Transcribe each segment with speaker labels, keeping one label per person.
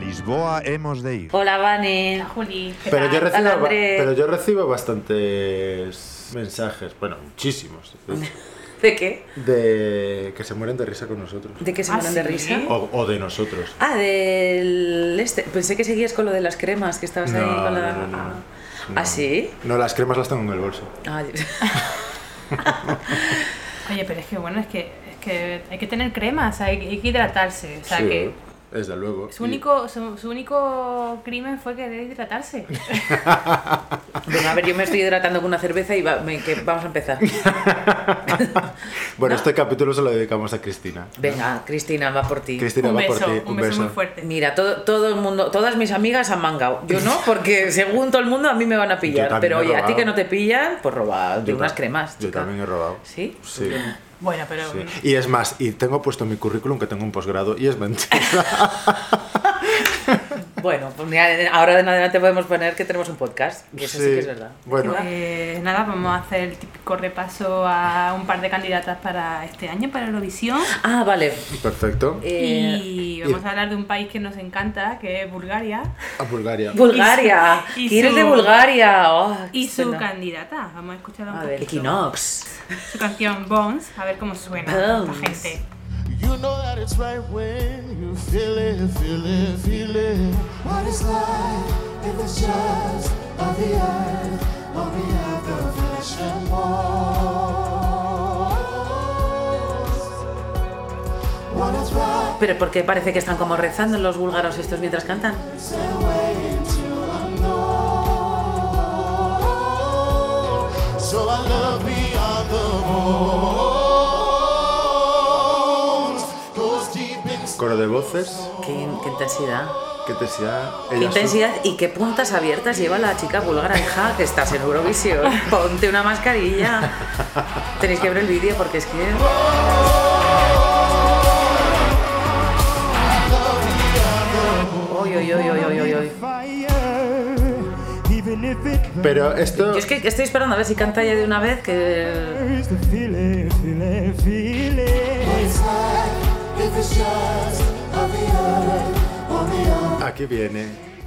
Speaker 1: Lisboa hemos de ir.
Speaker 2: Hola, Vane.
Speaker 3: Eh, Juli. ¿qué
Speaker 4: Pero
Speaker 3: tal?
Speaker 4: yo, recibo,
Speaker 2: Hola,
Speaker 4: ba-
Speaker 2: Andrés.
Speaker 4: pero yo recibo bastantes mensajes, bueno, muchísimos,
Speaker 2: ¿De qué?
Speaker 4: de que se mueren de risa con nosotros.
Speaker 2: ¿De qué se
Speaker 3: ¿Ah,
Speaker 2: mueren de
Speaker 3: sí?
Speaker 2: risa?
Speaker 4: O, o de nosotros.
Speaker 2: Ah, del este. Pensé que seguías con lo de las cremas, Ah, que estabas ahí
Speaker 4: No,
Speaker 2: con la.
Speaker 4: no, no, no.
Speaker 2: ¿Ah, sí?
Speaker 4: No, las cremas las tengo en el bolso.
Speaker 2: Ah, yo-
Speaker 3: Oye, pero es que bueno, es que, es que hay que tener cremas, hay, hay que hidratarse. O sea
Speaker 4: Sí,
Speaker 3: que
Speaker 4: desde luego.
Speaker 3: su
Speaker 4: Y-
Speaker 3: único, su, su único crimen fue querer hidratarse.
Speaker 2: Bueno, Ah, a ver, yo me estoy hidratando con una cerveza y va- me- que vamos a empezar.
Speaker 4: Bueno, este capítulo se lo dedicamos a Cristina.
Speaker 2: Venga, Cristina, va por ti.
Speaker 4: Cristina
Speaker 3: un
Speaker 4: va
Speaker 3: beso,
Speaker 4: por ti.
Speaker 3: un, beso, muy fuerte.
Speaker 2: Mira, todo, todo el mundo, todas mis amigas han mangado. Yo no, porque según todo el mundo a mí me van a
Speaker 4: Yo
Speaker 2: pillar.
Speaker 4: también
Speaker 2: Pero
Speaker 4: he
Speaker 2: oye, a ti
Speaker 4: robado.
Speaker 2: que no te pillan, pues roba de
Speaker 4: Yo
Speaker 2: unas
Speaker 4: ta-
Speaker 2: cremas.
Speaker 4: Yo
Speaker 2: chica.
Speaker 4: también he robado.
Speaker 2: ¿Sí?
Speaker 4: Sí.
Speaker 3: Bueno, pero eh,
Speaker 4: sí. Y es más, y tengo puesto en mi currículum que tengo un posgrado y es mentira.
Speaker 2: Bueno, pues mira, ahora en adelante podemos poner que tenemos un podcast. Y eso sí,
Speaker 4: Sí.
Speaker 2: que es verdad.
Speaker 4: Bueno.
Speaker 3: Eh, nada, vamos a hacer el típico repaso a un par de candidatas para este año, para Eurovisión.
Speaker 2: Ah, vale.
Speaker 4: Perfecto.
Speaker 2: Eh,
Speaker 3: y
Speaker 4: y-
Speaker 3: vamos a hablar de un país que nos encanta, que es Bulgaria.
Speaker 4: A Bulgaria.
Speaker 2: Bulgaria.
Speaker 3: y su-
Speaker 2: ¿Quién es de Bulgaria? Oh,
Speaker 3: Y su
Speaker 2: suena.
Speaker 3: candidata, vamos a escucharla un
Speaker 2: A ver,
Speaker 3: poquito.
Speaker 2: Equinox.
Speaker 3: Su canción Bones, a ver cómo suena esta
Speaker 2: Bones.
Speaker 3: gente.
Speaker 5: You know that it's right when you feel it, feel it, feel it. What is life if it's just of the earth, on behalf of flesh and bones? What is right
Speaker 2: Pero ¿por qué parece que están como rezando los búlgaros estos mientras cantan?
Speaker 5: is a way into unknown. So I love beyond the bones, goes deep inside.
Speaker 4: Coro de voces.
Speaker 2: Qué, qué intensidad.
Speaker 4: Qué intensidad.
Speaker 2: Qué
Speaker 4: Ella
Speaker 2: intensidad y qué puntas abiertas lleva la chica búlgara, hija, que estás en Eurovisión. Ponte una mascarilla. Tenéis que ver el vídeo porque es que... Oy, oy, oy, oy, oy, oy, oy.
Speaker 5: fire, even if it
Speaker 4: su- Pero esto.
Speaker 2: Yo es que estoy esperando a ver si canta ya de una vez que...
Speaker 5: burns, the feeling, feeling, feeling.
Speaker 4: Aquí viene.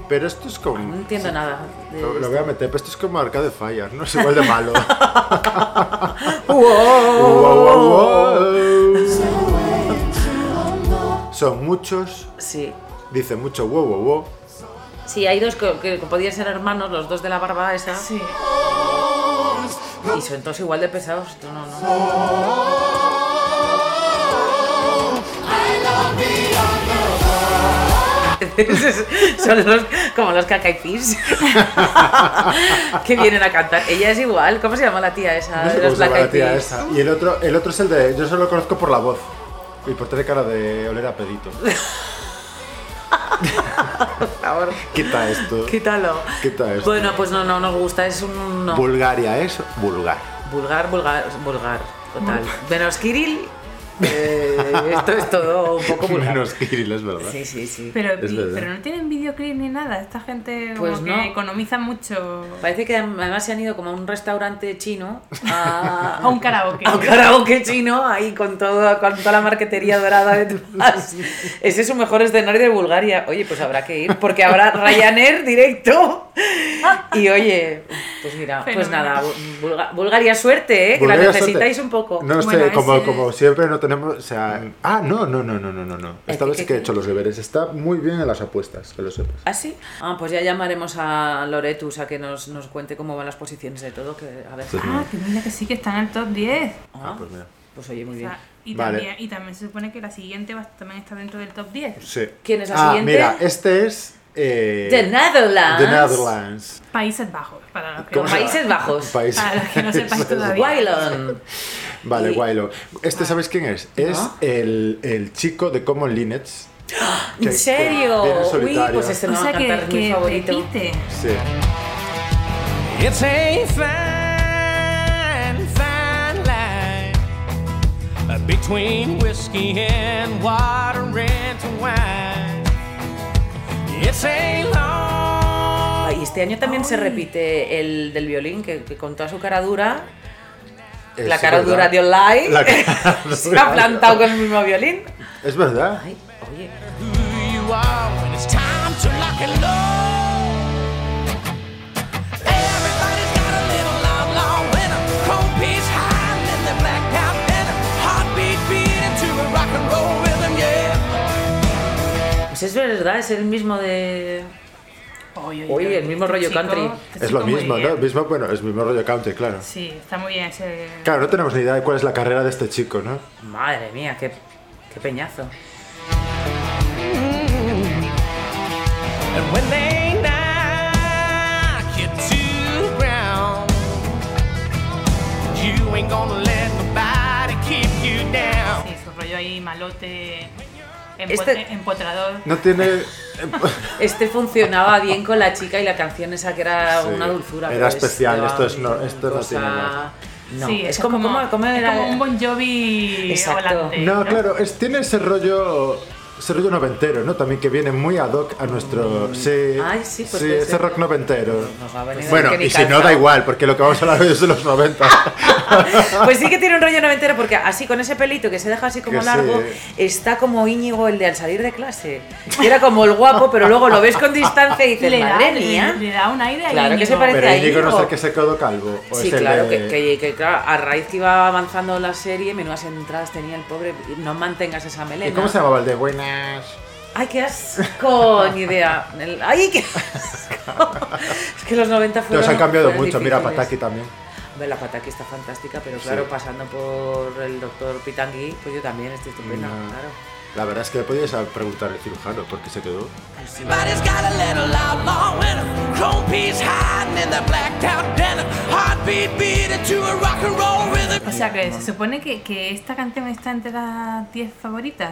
Speaker 4: Pero esto es
Speaker 2: No
Speaker 4: como.
Speaker 2: entiendo nada. de
Speaker 4: Lo, lo
Speaker 2: Ah, esto.
Speaker 4: voy a meter, pero esto es como Arcade Fire, no es igual de malo.
Speaker 2: ¡Wow!
Speaker 4: Wow, wow, wow. Son muchos,
Speaker 2: Sí.
Speaker 4: dice mucho wow, wow, wow.
Speaker 2: Sí, hay dos que, que podían ser hermanos, los dos de la barba esa.
Speaker 3: Sí.
Speaker 2: Y son todos igual de pesados. No, no, no. Son los, como los cacaipis que vienen a cantar. Ella es igual. ¿Cómo se llama Ah, la tía esa?
Speaker 4: No sé
Speaker 2: de
Speaker 4: cómo
Speaker 2: los
Speaker 4: se llama
Speaker 2: Black
Speaker 4: la tía
Speaker 2: Eyed Peas?
Speaker 4: esa. Y el otro, el otro es el de. Yo solo lo conozco por la voz. Y por tener cara de oler a pedito.
Speaker 2: Por favor,
Speaker 4: Quita esto.
Speaker 2: quítalo.
Speaker 4: Quita esto.
Speaker 2: Bueno, pues no, no nos gusta. Es un no.
Speaker 4: Bulgaria es vulgar.
Speaker 2: vulgar, vulgar, vulgar. Total. Menos Kirill. eh, esto es todo un poco vulgar.
Speaker 4: Menos Kirill, es verdad.
Speaker 2: Sí, sí, sí.
Speaker 3: Pero,
Speaker 4: Es
Speaker 3: y-
Speaker 4: verdad.
Speaker 3: pero no tienen videoclip ni nada, esta gente
Speaker 2: Pues
Speaker 3: como
Speaker 2: no.
Speaker 3: que economiza mucho
Speaker 2: Parece que además se han ido como a un restaurante chino, a,
Speaker 3: a un karaoke.
Speaker 2: a un karaoke chino, ahí con, todo, con toda la marquetería dorada detrás. Ese es su mejor escenario de Bulgaria. Oye, pues habrá que ir, porque habrá Ryanair directo. Y oye, pues mira, pues
Speaker 3: Fenomenal.
Speaker 2: nada, Bulga- Bulgaria suerte, ¿eh? que
Speaker 4: Bulgaria,
Speaker 2: la necesitáis
Speaker 4: suerte.
Speaker 2: un poco.
Speaker 4: No sé,
Speaker 3: Bueno, ese-
Speaker 4: como, como siempre no tenemos. O sea, ah, no, no, no, no, no, no, no. Esta
Speaker 2: Eh,
Speaker 4: vez
Speaker 2: que-
Speaker 4: sí que he hecho los deberes. Está muy bien en las apuestas, que lo sepas.
Speaker 2: ¿Ah, sí? Ah, pues ya llamaremos a Loretus a que nos, nos cuente cómo van las posiciones de todo, que a ver.
Speaker 4: Pues
Speaker 3: Ah, que mira que sí, que están en el top 10.
Speaker 2: Ah,
Speaker 4: pues mira.
Speaker 2: pues oye, muy
Speaker 3: O
Speaker 2: bien.
Speaker 3: sea, y,
Speaker 4: Vale.
Speaker 3: también, y también se supone que la siguiente va- también está dentro del top 10.
Speaker 4: Sí.
Speaker 2: ¿Quién es la
Speaker 4: ah,
Speaker 2: siguiente?
Speaker 4: Mira, este es. eh,
Speaker 2: The Netherlands.
Speaker 4: The Netherlands.
Speaker 3: Países Bajos, para los que,
Speaker 2: Con
Speaker 4: ¿Cómo se llama?
Speaker 2: Países Bajos.
Speaker 4: Países.
Speaker 3: para los que no sepáis todavía.
Speaker 2: Wylon.
Speaker 4: Vale,
Speaker 2: Y-
Speaker 4: Guaylo. Este, ¿sabes quién es? Es
Speaker 2: Ah. ¿No?
Speaker 4: el, el chico de Common Linnets. que-
Speaker 2: ¿En
Speaker 4: que
Speaker 2: serio?
Speaker 4: viene en
Speaker 2: Uy,
Speaker 4: solitario.
Speaker 2: pues este
Speaker 3: O
Speaker 2: no va a
Speaker 3: sea que,
Speaker 2: cantar, es mi
Speaker 3: que
Speaker 2: favorito.
Speaker 3: repite.
Speaker 4: Sí.
Speaker 5: It's a fine, fine line uh, between whiskey and water and wine. It's a long.
Speaker 2: Y este año también se repite el del violín, que, que con toda su cara dura,
Speaker 4: Es
Speaker 2: la cara
Speaker 4: verdad.
Speaker 2: dura de online,
Speaker 4: La cara
Speaker 2: se
Speaker 4: dura.
Speaker 2: ha plantado con el mismo violín.
Speaker 4: Es verdad.
Speaker 2: Ay, oye,
Speaker 5: Who you are when it's time
Speaker 6: hello. Everybody's got a little long, long winter. Chrome piece high and then the black out dinner. Heartbeat beating to a rock and roll rhythm, yeah.
Speaker 2: Pues es verdad, es el mismo de.
Speaker 3: Oye,
Speaker 2: Oye, el mismo
Speaker 3: este
Speaker 2: rollo country.
Speaker 4: Es lo mismo, ¿no? Mismo, bueno, es mismo rollo country, claro.
Speaker 3: Sí, está muy bien ese.
Speaker 4: Claro, no tenemos ni idea de cuál es la carrera de este chico, ¿no?
Speaker 2: Madre mía, qué, qué peñazo.
Speaker 6: And when they knock you to the ground, you ain't gonna let nobody keep you down.
Speaker 3: Sí, su rollo ahí malote. empo-
Speaker 2: Este-
Speaker 3: Empotrador.
Speaker 4: No tiene. eh,
Speaker 2: Este funcionaba bien con la chica y la canción esa que era
Speaker 4: Sí,
Speaker 2: una dulzura.
Speaker 4: era
Speaker 2: pero
Speaker 4: especial,
Speaker 2: era
Speaker 4: esto es
Speaker 2: una
Speaker 4: no- esto no tiene nada.
Speaker 2: No,
Speaker 3: Sí,
Speaker 2: es
Speaker 3: eso
Speaker 2: como, como, como
Speaker 3: es
Speaker 2: era-
Speaker 3: como un Bon Jovi
Speaker 2: Exacto.
Speaker 3: holandés.
Speaker 4: No, claro, es, tiene ese rollo. Ese rollo noventero, ¿no? También que viene muy ad hoc a nuestro. Sí,
Speaker 2: Mm. Ay, sí, pues
Speaker 4: sí
Speaker 2: puede
Speaker 4: ese
Speaker 2: ser.
Speaker 4: rock noventero.
Speaker 2: Nos va a venir
Speaker 4: Bueno,
Speaker 2: que ni
Speaker 4: y si no,
Speaker 2: calzado. Ah,
Speaker 4: da igual, porque lo que vamos a hablar hoy es de los 90.
Speaker 2: Pues sí que tiene un rollo noventero porque así con ese pelito que se deja así como
Speaker 4: Que
Speaker 2: largo
Speaker 4: sí.
Speaker 2: está como Íñigo el de al salir de clase. Que era como el guapo, pero luego lo ves con distancia y dices,
Speaker 3: Le da,
Speaker 2: madre
Speaker 3: le-
Speaker 2: mía.
Speaker 3: le da un aire ahí.
Speaker 2: Claro que se parece-
Speaker 4: Pero
Speaker 2: ahí,
Speaker 4: Íñigo no
Speaker 2: o-
Speaker 4: sé que se quedó calvo. o
Speaker 2: Sí,
Speaker 4: es Pues el
Speaker 2: claro,
Speaker 4: de-
Speaker 2: que, que- que, claro, a raíz que iba avanzando la serie, menudas entradas tenía el pobre, no mantengas esa melena.
Speaker 4: ¿Y cómo se llamaba el de Buenas?
Speaker 2: ¡Ay, qué asco! Ni idea. El- ¡Ay, qué asco! Es que los 90 fueron...
Speaker 4: Nos han cambiado
Speaker 2: fueron
Speaker 4: mucho, mira,
Speaker 2: difíciles.
Speaker 4: Pataki también.
Speaker 2: Hombre, la Pataki está fantástica, pero claro,
Speaker 4: Sí.
Speaker 2: pasando por el doctor Pitangui, pues yo también estoy estupenda,
Speaker 4: No.
Speaker 2: claro.
Speaker 4: La verdad es que le podías preguntar al cirujano por qué se quedó.
Speaker 6: Everybody's got a little loud long winter. Chrome piece hiding in the blacked out dinner. Heartbeat beating to a rock and roll rhythm.
Speaker 3: O sea que se supone que, que esta canción está entre las 10 favoritas.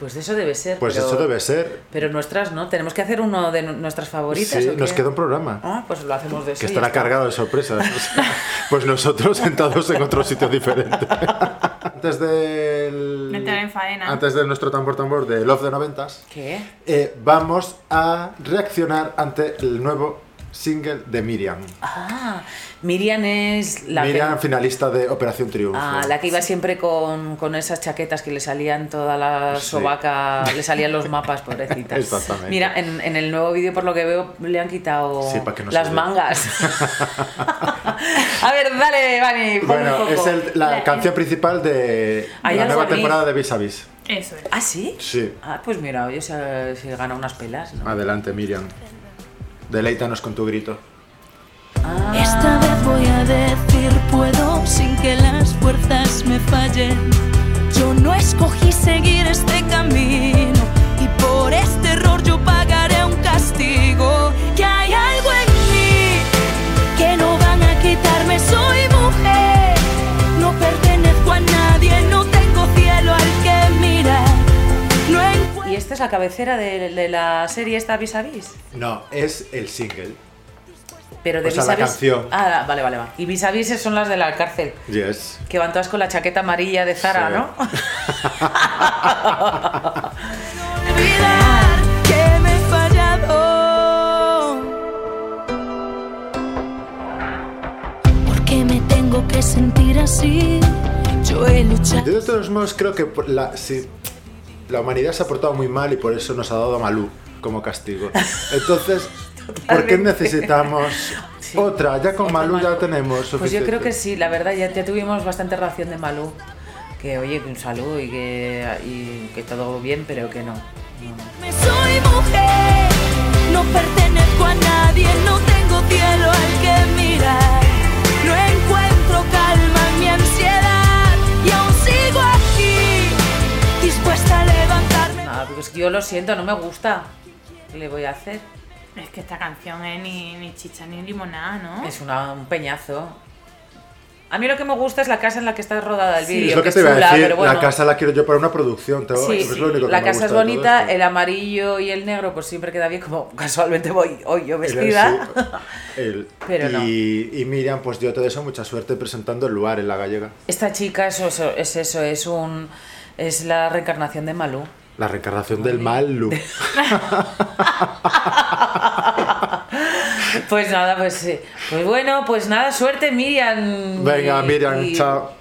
Speaker 2: Pues de eso debe ser.
Speaker 4: Pues
Speaker 2: pero,
Speaker 4: eso debe ser.
Speaker 2: Pero nuestras no, tenemos que hacer uno de nu- nuestras favoritas.
Speaker 4: Sí,
Speaker 2: ¿o
Speaker 4: nos
Speaker 2: qué?
Speaker 4: queda un programa.
Speaker 2: Ah, pues lo hacemos de eso.
Speaker 4: Que
Speaker 2: y
Speaker 4: estará
Speaker 2: ya está.
Speaker 4: cargado de sorpresas. O sea, pues nosotros sentados en otro sitio diferente. Antes del.
Speaker 3: De entrar en faena.
Speaker 4: Antes de nuestro tambor tambor de Love de Noventas,
Speaker 2: ¿Qué?
Speaker 4: eh, vamos a reaccionar ante el nuevo single de Miriam.
Speaker 2: Ah, Miriam es la
Speaker 4: Miriam,
Speaker 2: que...
Speaker 4: finalista de Operación Triunfo.
Speaker 2: Ah, la que iba siempre con, con esas chaquetas que le salían toda la
Speaker 4: Sí.
Speaker 2: sobaca, le salían los mapas, pobrecita.
Speaker 4: Exactamente.
Speaker 2: Mira, en, en el nuevo vídeo, por lo que veo, le han quitado
Speaker 4: Sí, para que no se
Speaker 2: las
Speaker 4: vea.
Speaker 2: mangas. A ver, dale, Vani, pon un
Speaker 4: Bueno,
Speaker 2: poco.
Speaker 4: es el- la
Speaker 3: La-
Speaker 4: canción principal de
Speaker 2: Ay,
Speaker 4: la
Speaker 2: algo
Speaker 4: nueva
Speaker 2: a mí.
Speaker 4: temporada de Vis a Vis.
Speaker 3: Eso es.
Speaker 2: ¿Ah, sí?
Speaker 4: Sí.
Speaker 2: Ah, pues mira, oye, se, se gana unas pelas, ¿no?
Speaker 4: Adelante, Miriam. Deleítanos con tu grito.
Speaker 7: Esta vez voy a decir puedo sin que las fuerzas me fallen. Yo no escogí seguir este camino y por este error yo pagaré un castigo. Que hay algo en mí que no van a quitarme, soy mujer. No pertenezco a nadie, no tengo cielo al que mirar. No encuentro.
Speaker 2: Y esta es la cabecera de, de la serie esta Vis a Vis.
Speaker 4: No, es el single.
Speaker 2: Pero de
Speaker 4: O sea,
Speaker 2: Vis a
Speaker 4: la
Speaker 2: Vis-
Speaker 4: canción.
Speaker 2: Ah, la- vale, vale, vale. Y Vis a Vis son las de la cárcel.
Speaker 4: Yes.
Speaker 2: Que van todas con la chaqueta amarilla de Zara,
Speaker 4: Sí.
Speaker 2: ¿no?
Speaker 7: olvidar que me he fallado. ¿Por qué me tengo que sentir así? Yo he luchado.
Speaker 4: Yo de todos modos creo que por la, sí, la humanidad se ha portado muy mal y por eso nos ha dado a Malú como castigo. Entonces, ¿por qué necesitamos otra? Ya con
Speaker 2: Otra
Speaker 4: Malú ya
Speaker 2: Malú.
Speaker 4: tenemos
Speaker 2: Pues yo
Speaker 4: suficiente.
Speaker 2: creo que sí, la verdad, ya, ya tuvimos bastante reacción de Malú. Que oye, que un saludo y que, y que todo bien, pero que no. No.
Speaker 7: Soy mujer, no pertenezco a nadie, no tengo cielo al que mirar. No encuentro calma en mi ansiedad y aún sigo aquí, dispuesta a levantarme.
Speaker 2: Nada, pues yo lo siento, no me gusta. ¿Qué le voy a hacer?
Speaker 3: Es que esta canción es ni, ni chicha ni limonada, ¿no?
Speaker 4: ¿Ah?
Speaker 2: Es una- un peñazo. A mí lo que me gusta es la casa en la que está rodada el
Speaker 3: Sí.
Speaker 2: vídeo.
Speaker 4: es lo que
Speaker 2: es
Speaker 4: te iba a
Speaker 2: chula,
Speaker 4: decir.
Speaker 2: pero bueno.
Speaker 4: La casa la quiero yo para una producción. Te,
Speaker 2: Sí,
Speaker 4: es
Speaker 2: sí.
Speaker 4: lo único que
Speaker 2: la
Speaker 4: me
Speaker 2: casa
Speaker 4: gusta
Speaker 2: es
Speaker 4: de todo
Speaker 2: bonita,
Speaker 4: esto.
Speaker 2: el amarillo y el negro pues siempre queda bien, como casualmente voy hoy yo
Speaker 4: Era
Speaker 2: vestida.
Speaker 4: así, el-
Speaker 2: Pero no.
Speaker 4: y, y Miriam pues dio todo eso mucha suerte presentando el lugar en la gallega.
Speaker 2: Esta chica eso, eso- es eso, es un es la reencarnación de Malú.
Speaker 4: La reencarnación del mal, Lu.
Speaker 2: Pues nada, pues, eh, pues bueno, pues nada, suerte Miriam.
Speaker 4: Venga,
Speaker 2: Y-
Speaker 4: Miriam,
Speaker 2: y-
Speaker 4: chao.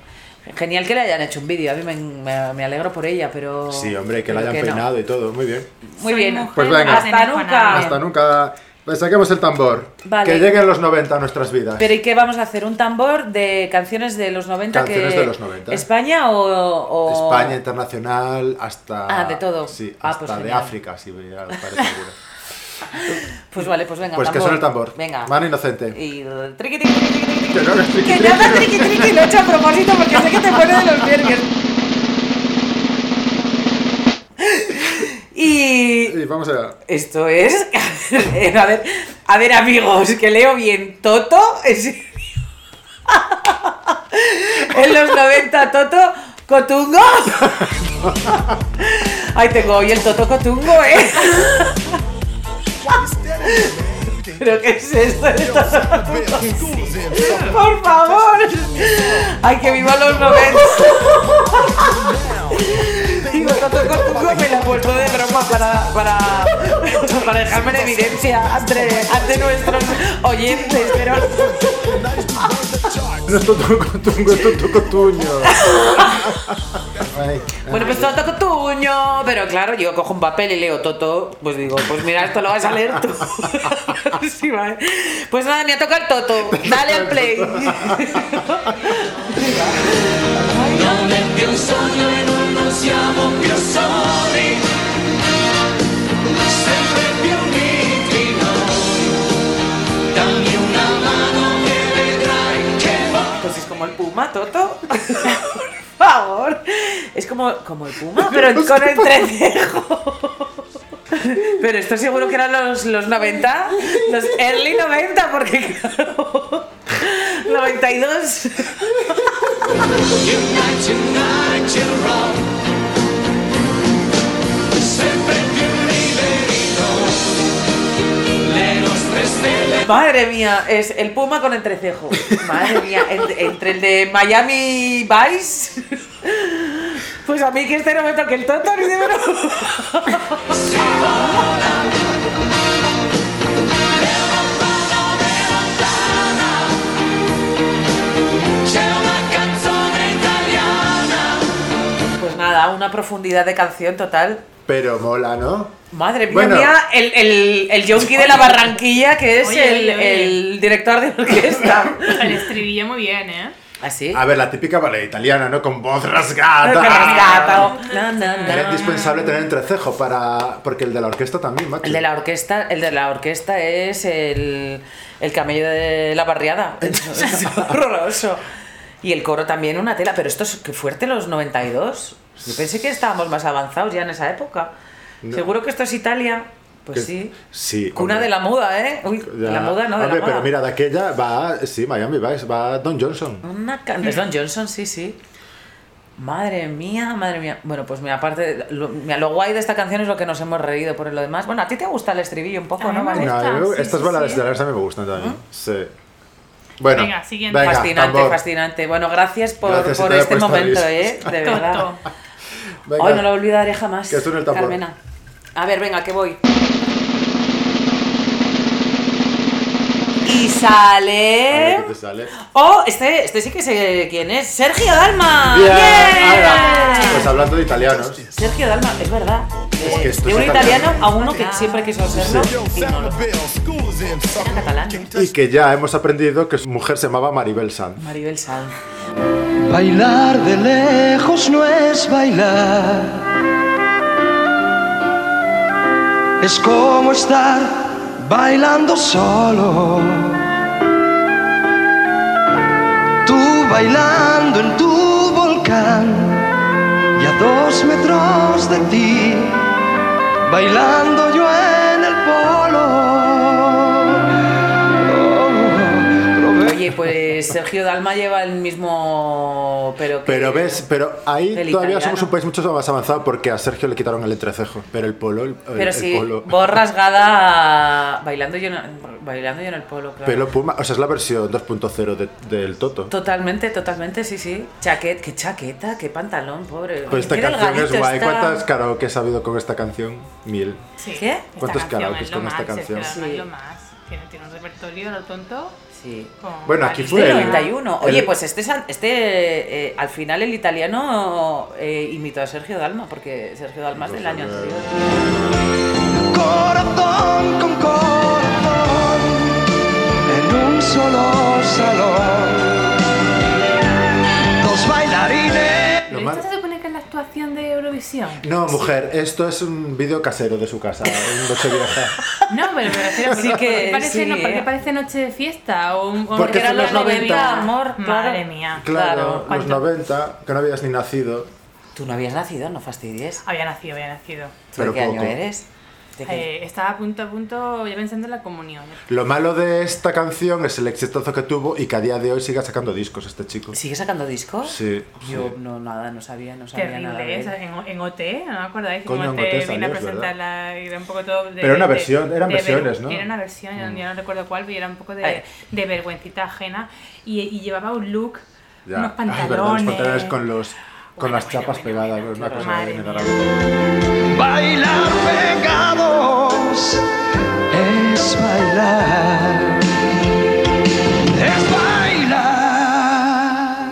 Speaker 2: Genial que le hayan hecho un vídeo, a mí me, me- me alegro por ella, pero.
Speaker 4: Sí, hombre, que la
Speaker 2: pero
Speaker 4: hayan
Speaker 2: no.
Speaker 4: peinado y todo. Muy bien.
Speaker 2: Muy
Speaker 3: Soy
Speaker 2: bien.
Speaker 3: mujer,
Speaker 4: Pues
Speaker 3: no
Speaker 4: venga.
Speaker 3: pertenezco a
Speaker 2: Hasta nunca.
Speaker 3: nadie.
Speaker 4: Hasta nunca. Pues saquemos el tambor.
Speaker 2: Ah, Vale.
Speaker 4: Que lleguen los 90 a nuestras vidas.
Speaker 2: Pero ¿y qué vamos a hacer? ¿Un tambor de canciones de los 90?
Speaker 4: Canciones
Speaker 2: que...
Speaker 4: de los 90.
Speaker 2: ¿España o, o-
Speaker 4: España, internacional, hasta.
Speaker 2: Ah, de todo.
Speaker 4: Sí,
Speaker 2: Ah,
Speaker 4: hasta
Speaker 2: pues
Speaker 4: de
Speaker 2: genial.
Speaker 4: África, si me parece seguro.
Speaker 2: Pues vale, pues venga.
Speaker 4: Pues que
Speaker 2: tambor.
Speaker 4: suene el tambor.
Speaker 2: Venga.
Speaker 4: Mano inocente.
Speaker 2: Y. triqui, triqui, triqui, triqui, triqui.
Speaker 4: Que no hagas triqui,
Speaker 2: Que
Speaker 4: triqui,
Speaker 2: nada,
Speaker 4: no.
Speaker 2: triqui, triqui, lo he hecho a propósito porque sé que te pone de los nervios. Y
Speaker 4: Y vamos allá.
Speaker 2: Esto es. a ver, a ver, amigos, que leo bien. Toto es. en los 90, Toto Cotungo. Ay, tengo hoy el Toto Cotungo, ¿eh? ¿Pero qué es esto? del Toto Cotungo? Por favor. Ay, que viva los 90. Digo, Toto Cotungo me la ha puesto de broma para, para, para dejarme en evidencia ante, ante nuestros oyentes, pero.
Speaker 4: No es tonto cotuño, es tonto cotuño. Ay,
Speaker 2: Bueno, pues Toto Cotuño. Pero claro, yo cojo un papel y leo Toto. Pues digo, pues mira, esto lo vas a leer tú. Sí, vale. Pues nada, me ha tocado el Toto. Dale al play. Pues es como el Puma, Toto. Por favor. Es como, como el Puma, pero con el entrecejo. Pero esto seguro que eran los, los 90, los early 90, porque claro, 92. Madre mía, es el Puma con entrecejo. Madre mía, en- entre el de Miami Vice. Pues a mí que este no me toque el tonto ni de broma. Pues nada, una profundidad de canción total.
Speaker 4: Pero mola, ¿no?
Speaker 2: Madre mía,
Speaker 4: Bueno.
Speaker 2: mía, el, el, el yonki de la Barranquilla, que es
Speaker 3: Oye,
Speaker 2: el,
Speaker 3: oye, oye.
Speaker 2: el director de orquesta. ¿Ah,
Speaker 3: El estribillo muy bien, ¿eh?
Speaker 2: ¿Así?
Speaker 4: A ver, la típica ballet italiana, ¿no? Con voz rasgada.
Speaker 3: Ah.
Speaker 4: Era indispensable tener entrecejo para. Porque el de la orquesta también, macho.
Speaker 2: El de la orquesta, el de la orquesta es el, el camello de la barriada. Es, es horroroso. Y el coro también una tela, pero esto es que fuerte los 92. Yo pensé que estábamos más avanzados ya en esa época.
Speaker 4: No.
Speaker 2: Seguro que esto es Italia. Pues
Speaker 4: Que-
Speaker 2: sí.
Speaker 4: sí,
Speaker 2: Cuna
Speaker 4: hombre.
Speaker 2: de la moda, ¿eh? Uy, de
Speaker 4: Ya.
Speaker 2: la moda no, de
Speaker 4: Hombre,
Speaker 2: la
Speaker 4: pero
Speaker 2: moda.
Speaker 4: mira, de aquella va. Sí, Miami Vice, va Don Johnson.
Speaker 2: Una can- es Don Johnson, sí, sí. Madre mía, madre mía. Bueno, pues mira, aparte, lo, mira, lo guay de esta canción es lo que nos hemos reído por lo demás. Bueno, a ti te gusta el estribillo un poco,
Speaker 3: A mí
Speaker 2: ¿no?
Speaker 3: me
Speaker 2: Vale.
Speaker 3: gusta.
Speaker 4: No, yo-
Speaker 3: sí,
Speaker 4: estas
Speaker 3: sí,
Speaker 4: baladas
Speaker 3: sí.
Speaker 4: italianas también me gustan también. Sí. Bueno,
Speaker 3: Venga, siguiente. venga,
Speaker 2: ¿Mm? fascinante,
Speaker 4: tambor.
Speaker 2: fascinante. Bueno, gracias por,
Speaker 4: Gracias,
Speaker 2: por
Speaker 4: Italia,
Speaker 2: este
Speaker 4: por estar
Speaker 2: momento,
Speaker 4: ahí.
Speaker 2: ¿eh? De verdad.
Speaker 3: Toto.
Speaker 4: Venga.
Speaker 2: Hoy no lo olvidaré jamás.
Speaker 4: Que suene el tambor.
Speaker 2: Carmena. A ver, venga, que voy. Y
Speaker 4: A ver
Speaker 2: sale.
Speaker 4: qué te sale.
Speaker 2: Oh, este, este sí que sé quién es. Sergio Dalma.
Speaker 4: Bien,
Speaker 2: ¡Bien!
Speaker 4: ahora, Pues hablando de italianos.
Speaker 2: Sergio Dalma, es verdad.
Speaker 4: Es que
Speaker 2: Eh,
Speaker 4: esto
Speaker 2: de
Speaker 4: es
Speaker 2: un
Speaker 4: italiano.
Speaker 2: italiano a uno que siempre quiso serlo. y no lo- Era catalán.
Speaker 4: Y que ya hemos aprendido que su mujer se llamaba Maribel Sanz.
Speaker 2: Maribel Sanz.
Speaker 8: Bailar de lejos no es bailar. Es como estar bailando solo. Tú bailando en tu volcán y a dos metros de ti, bailando yo en el polo. Oh, Roberto.
Speaker 2: Oye, pues Sergio Dalma lleva el mismo. Pero, que-
Speaker 4: Pero ves, pero ahí
Speaker 2: El
Speaker 4: todavía
Speaker 2: italiano.
Speaker 4: somos un país mucho más avanzado porque a Sergio le quitaron el entrecejo. Pero el polo, el, el-
Speaker 2: Pero
Speaker 4: el
Speaker 2: sí,
Speaker 4: polo.
Speaker 2: voz rasgada bailando yo, en, bailando yo en el polo, claro.
Speaker 4: Pelo Puma, o sea, es la versión 2.0 de- del Toto.
Speaker 2: Totalmente, totalmente, sí, sí. Chaquet, qué chaqueta, qué pantalón, pobre.
Speaker 4: Pues esta
Speaker 2: Qué
Speaker 4: canción es
Speaker 2: delgadito
Speaker 4: guay.
Speaker 2: está.
Speaker 4: ¿Cuántas karaoke he sabido con esta canción? Mil.
Speaker 3: Sí.
Speaker 2: ¿Qué?
Speaker 3: Esta
Speaker 4: ¿Cuántos
Speaker 3: canción
Speaker 4: karaokes
Speaker 3: es lo
Speaker 4: con
Speaker 3: más,
Speaker 4: esta
Speaker 3: es que
Speaker 4: canción?
Speaker 3: además
Speaker 2: Sí.
Speaker 3: lo más. Tiene, tiene un repertorio, lo tonto.
Speaker 2: Sí.
Speaker 3: con
Speaker 4: Bueno, aquí
Speaker 3: varios
Speaker 4: fue
Speaker 2: Del
Speaker 4: el-
Speaker 3: temas.
Speaker 2: 91. Oye,
Speaker 4: el-
Speaker 2: pues este, es an- este eh, al final el italiano eh, imitó a Sergio Dalma, porque Sergio Dalma es del año anterior.
Speaker 8: corazón con corazón en un solo salón. Dos bailarines.
Speaker 4: Lo
Speaker 3: ¿Pero
Speaker 4: mal-
Speaker 3: esto se supone que es la actuación de Eurovisión?
Speaker 4: No, mujer, esto es un vídeo casero de su casa, un noche vieja.
Speaker 3: No, pero me refiero
Speaker 2: Sí
Speaker 3: porque-
Speaker 2: que-
Speaker 3: porque parece,
Speaker 2: sí,
Speaker 3: no, porque
Speaker 2: eh.
Speaker 3: parece noche de fiesta o un o un
Speaker 4: Porque
Speaker 3: regalo
Speaker 4: son los
Speaker 3: de
Speaker 4: 90.
Speaker 3: Navidad.
Speaker 2: Amor, claro.
Speaker 3: Madre mía.
Speaker 4: Claro,
Speaker 3: ¿Cuánto?
Speaker 4: los 90, que no habías ni nacido,
Speaker 2: Tú no habías nacido, no fastidies.
Speaker 3: Había nacido, había nacido.
Speaker 2: ¿Tú
Speaker 4: pero
Speaker 2: ¿De qué
Speaker 4: poco.
Speaker 2: año eres? ¿De qué-
Speaker 3: Eh, estaba a punto a punto ya pensando en la comunión.
Speaker 4: Lo malo de esta canción es el exitazo que tuvo y que a día de hoy siga sacando discos este chico.
Speaker 2: ¿Sigue sacando discos?
Speaker 4: Sí,
Speaker 2: Yo
Speaker 4: sí.
Speaker 2: no, nada, no sabía, no sabía nada. de
Speaker 3: Terrible,
Speaker 2: él.
Speaker 3: esa, en, en OT, ¿no me acordáis? Que
Speaker 4: ¿eh? Coño,
Speaker 3: en OT
Speaker 4: en OT
Speaker 3: vino
Speaker 4: salió,
Speaker 3: a
Speaker 4: es verdad.
Speaker 3: presentarla y era un poco todo. de-
Speaker 4: Pero era una
Speaker 3: de-
Speaker 4: versión, eran
Speaker 3: de ver-
Speaker 4: versiones, ¿no? Mm.
Speaker 3: Era una versión, yo- yo no recuerdo cuál, pero era un poco
Speaker 2: Ay.
Speaker 3: de, de vergüencita ajena y, y llevaba un look,
Speaker 4: Ya.
Speaker 3: unos
Speaker 4: Ay,
Speaker 3: pantalones.
Speaker 4: verdad, los pantalones con, los, con
Speaker 3: Bueno,
Speaker 2: pues
Speaker 4: las
Speaker 3: bueno,
Speaker 4: chapas
Speaker 3: bueno,
Speaker 4: pegadas,
Speaker 3: bueno,
Speaker 4: una
Speaker 3: claro.
Speaker 4: cosa
Speaker 3: Madre
Speaker 4: inenarrable.
Speaker 8: Bailar pegados es bailar, es bailar.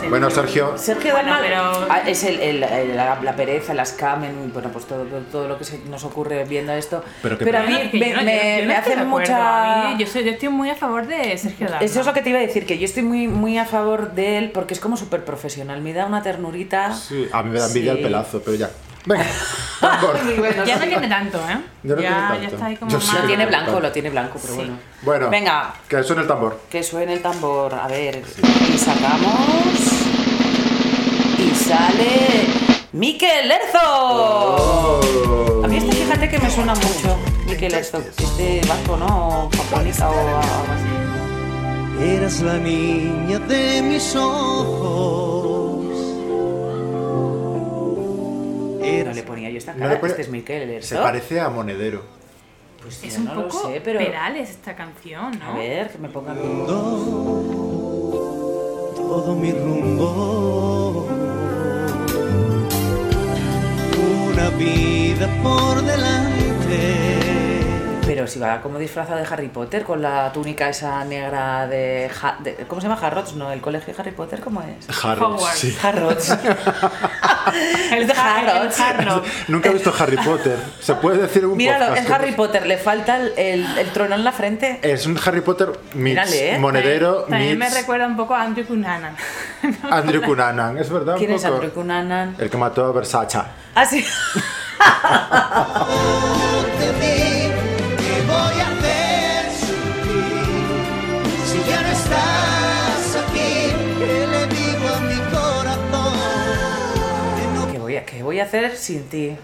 Speaker 3: Sí.
Speaker 4: Bueno, Sergio,
Speaker 2: Sergio
Speaker 3: Bueno,
Speaker 2: Dalma
Speaker 3: pero-
Speaker 2: ah, es el, el- el- la, la pereza, las camen, bueno, pues todo, todo, todo lo que se nos ocurre viendo esto.
Speaker 4: Pero qué
Speaker 2: a
Speaker 4: pena.
Speaker 2: mí
Speaker 3: Es que
Speaker 2: me,
Speaker 3: yo no- yo-
Speaker 2: me-
Speaker 3: yo no
Speaker 2: me
Speaker 3: estoy
Speaker 2: hace
Speaker 3: de acuerdo,
Speaker 2: mucha...
Speaker 3: a mí- yo, soy- yo estoy muy a favor de Sergio Dalma.
Speaker 2: Eso es lo que te iba a decir, que yo estoy muy, muy a favor de él porque es como súper profesional, me da una ternurita.
Speaker 4: sí, a mí me da envidia
Speaker 2: Sí.
Speaker 4: el pelazo, pero ya. Venga, tambor.
Speaker 3: Ya no tiene tanto, ¿eh?
Speaker 4: Ya
Speaker 3: ya,
Speaker 4: no tiene
Speaker 3: ya
Speaker 4: tanto.
Speaker 3: está ahí como
Speaker 4: Yo
Speaker 3: más.
Speaker 4: sé
Speaker 2: Lo tiene blanco,
Speaker 4: Total.
Speaker 2: lo tiene blanco, pero bueno.
Speaker 4: Bueno,
Speaker 2: Venga,
Speaker 4: que suene el tambor.
Speaker 2: que suene el tambor. A ver, y sacamos. Y sale. ¡Miquel Erzo! A mí este fíjate que me suena mucho, Miquel Erzo. Este vasco, ¿no? O Japónica o algo así.
Speaker 9: Eras la niña de mis ojos.
Speaker 2: No
Speaker 9: Eras
Speaker 2: le ponía yo esta
Speaker 4: No
Speaker 2: cara.
Speaker 4: le pone-
Speaker 2: Este es Miquel
Speaker 4: Se
Speaker 2: Erzo.
Speaker 4: parece a Monedero.
Speaker 2: Pues yo
Speaker 3: Es un
Speaker 2: no lo
Speaker 3: poco
Speaker 2: sé, pero.
Speaker 3: pedales esta canción, ¿no?
Speaker 2: A ver, que me pongan.
Speaker 9: todo, todo mi rumbo. Una vida por delante.
Speaker 2: Pero si va como disfrazado de Harry Potter con la túnica esa negra de, Ja- de- ¿cómo se llama? Harrods, ¿no? El colegio de Harry Potter, ¿cómo es?
Speaker 3: Hogwarts.
Speaker 4: sí.
Speaker 2: Harrods. el de
Speaker 3: Har-
Speaker 2: Harrods.
Speaker 3: el Harrods.
Speaker 4: Nunca he visto Harry Potter. ¿Se puede decir en un
Speaker 2: Míralo,
Speaker 4: podcast
Speaker 2: es
Speaker 4: que Eh,
Speaker 2: Harry
Speaker 4: no-
Speaker 2: Potter, le falta el, el- el trono en la frente.
Speaker 4: Es un Harry Potter meets
Speaker 2: Mírale, ¿eh?
Speaker 4: Monedero
Speaker 3: También me
Speaker 4: meets
Speaker 3: recuerda un poco a Andrew Cunanan.
Speaker 4: Andrew Cunanan. Es verdad, un
Speaker 2: ¿Quién es
Speaker 4: poco?
Speaker 2: Andrew Cunanan?
Speaker 4: El que mató a Versace.
Speaker 2: Ah, sí.
Speaker 9: te di, te voy a hacer sufrir. Si ya no estás aquí, ¿qué le digo a mi corazón? Que no
Speaker 2: ¿Qué voy, a, ¿Qué voy a hacer sin ti?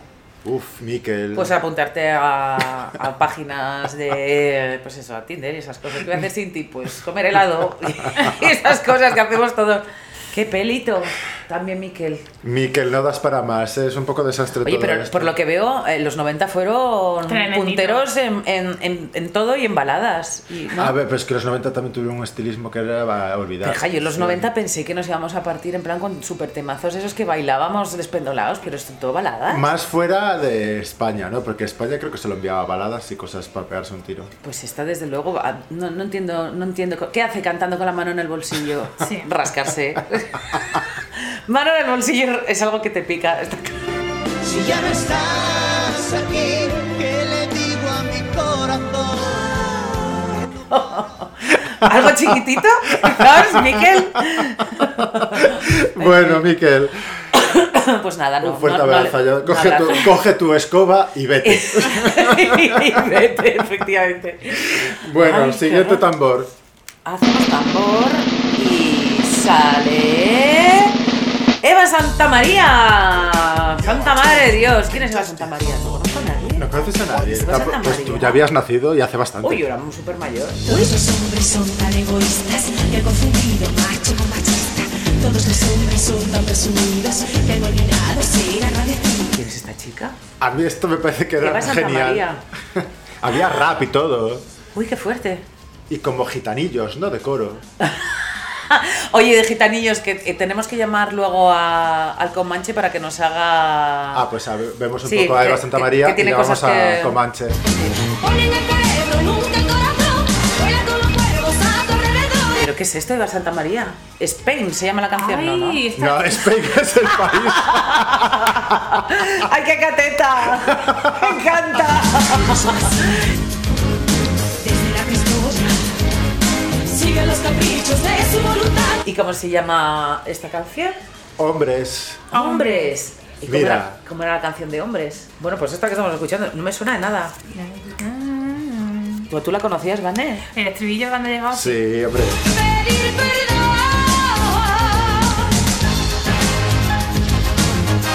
Speaker 4: Uf, Miquel.
Speaker 2: Pues apuntarte a, a páginas de, pues eso, a Tinder y esas cosas. ¿Qué voy a hacer sin ti? Pues comer helado y esas cosas que hacemos todos. ¡Qué pelito! También Miquel.
Speaker 4: Miquel, no das para más. ¿eh? Es un poco desastre
Speaker 2: Oye,
Speaker 4: todo
Speaker 2: pero
Speaker 4: esto.
Speaker 2: por lo que veo, eh, los 90 fueron
Speaker 3: Tremendito.
Speaker 2: punteros en, en- en- en todo y en baladas. Y, ¿no?
Speaker 4: A ver, pero es que los 90 también tuvieron un estilismo que era a olvidar.
Speaker 2: Deja, yo en los
Speaker 4: Sí.
Speaker 2: 90 pensé que nos íbamos a partir en plan con super temazos esos que bailábamos despendolados, pero esto todo balada.
Speaker 4: Más fuera de España, ¿no? Porque España creo que se lo enviaba baladas y cosas para pegarse un tiro.
Speaker 2: Pues esta desde luego, ah, no, no entiendo, no entiendo. co- ¿Qué hace cantando con la mano en el bolsillo?
Speaker 3: Sí.
Speaker 2: Rascarse. mano en el bolsillo es algo que te pica. Está claro.
Speaker 9: Si ya no estás aquí, ¿qué le digo a mi corazón?
Speaker 2: Algo chiquitito, ¿sabes, Miquel?
Speaker 4: Bueno, Miquel,
Speaker 2: Pues nada, no.
Speaker 4: un fuerte
Speaker 2: no- no
Speaker 4: abrazo.
Speaker 2: le-
Speaker 4: ya.
Speaker 2: un
Speaker 4: coge, tu,
Speaker 2: abrazo.
Speaker 4: coge tu escoba y vete.
Speaker 2: Y vete, efectivamente.
Speaker 4: Bueno,
Speaker 2: Ay,
Speaker 4: siguiente
Speaker 2: qué horror.
Speaker 4: tambor.
Speaker 2: Hacemos tambor y sale. Eva Santa María. Santa Madre de Dios. ¿Quién es Eva Santa María? No conozco a nadie.
Speaker 4: No conoces a nadie.
Speaker 2: Pues
Speaker 4: Tampo-
Speaker 2: Santa
Speaker 4: Pues
Speaker 2: María.
Speaker 4: tú ya habías nacido y hace bastante.
Speaker 2: Uy, yo era muy súper mayor.
Speaker 10: Todos los hombres son tan egoístas que han confundido macho con machista. Todos los hombres son tan presumidos que han olvidado ser agradecidos.
Speaker 2: ¿Quién es esta chica?
Speaker 4: A mí esto me parece que
Speaker 2: Eva
Speaker 4: era
Speaker 2: Santa
Speaker 4: genial.
Speaker 2: María.
Speaker 4: Había rap y todo.
Speaker 2: Uy, qué fuerte.
Speaker 4: Y como gitanillos, ¿no? De coro.
Speaker 2: Oye, de gitanillos, que eh, tenemos que llamar luego a- al Comanche para que nos haga.
Speaker 4: Ah, pues a ver, vemos un
Speaker 2: Sí,
Speaker 4: poco a
Speaker 2: que-
Speaker 4: Eva Santa
Speaker 2: que-
Speaker 4: María
Speaker 2: que tiene
Speaker 4: y vamos
Speaker 2: cosas
Speaker 4: a
Speaker 2: que-
Speaker 4: Comanche.
Speaker 10: Ponen el cerebro en Nunca el corazón vuela con los cuervos a tu alrededor.
Speaker 2: ¿Pero qué es esto de la Santa María? Spain se llama la canción, ¿no? ¿no?
Speaker 3: Ay,
Speaker 4: No, Spain es el país.
Speaker 2: ¡Ay, qué cateta! ¡Me encanta!
Speaker 10: Desde la prehistoria sigue los caprichos de su voluntad.
Speaker 2: ¿Y cómo se llama esta canción?
Speaker 4: Hombres.
Speaker 2: ¡Hombres! ¿Y cómo,
Speaker 4: Mira.
Speaker 2: Era, cómo era la canción de hombres? Bueno, pues esta que estamos escuchando no me suena de nada. Pues ¿Tú- ¿Tú la conocías, Vané?
Speaker 3: El estribillo cuando
Speaker 2: Ah,
Speaker 3: llegaba.
Speaker 4: Sí, hombre.
Speaker 10: Pedir perdón.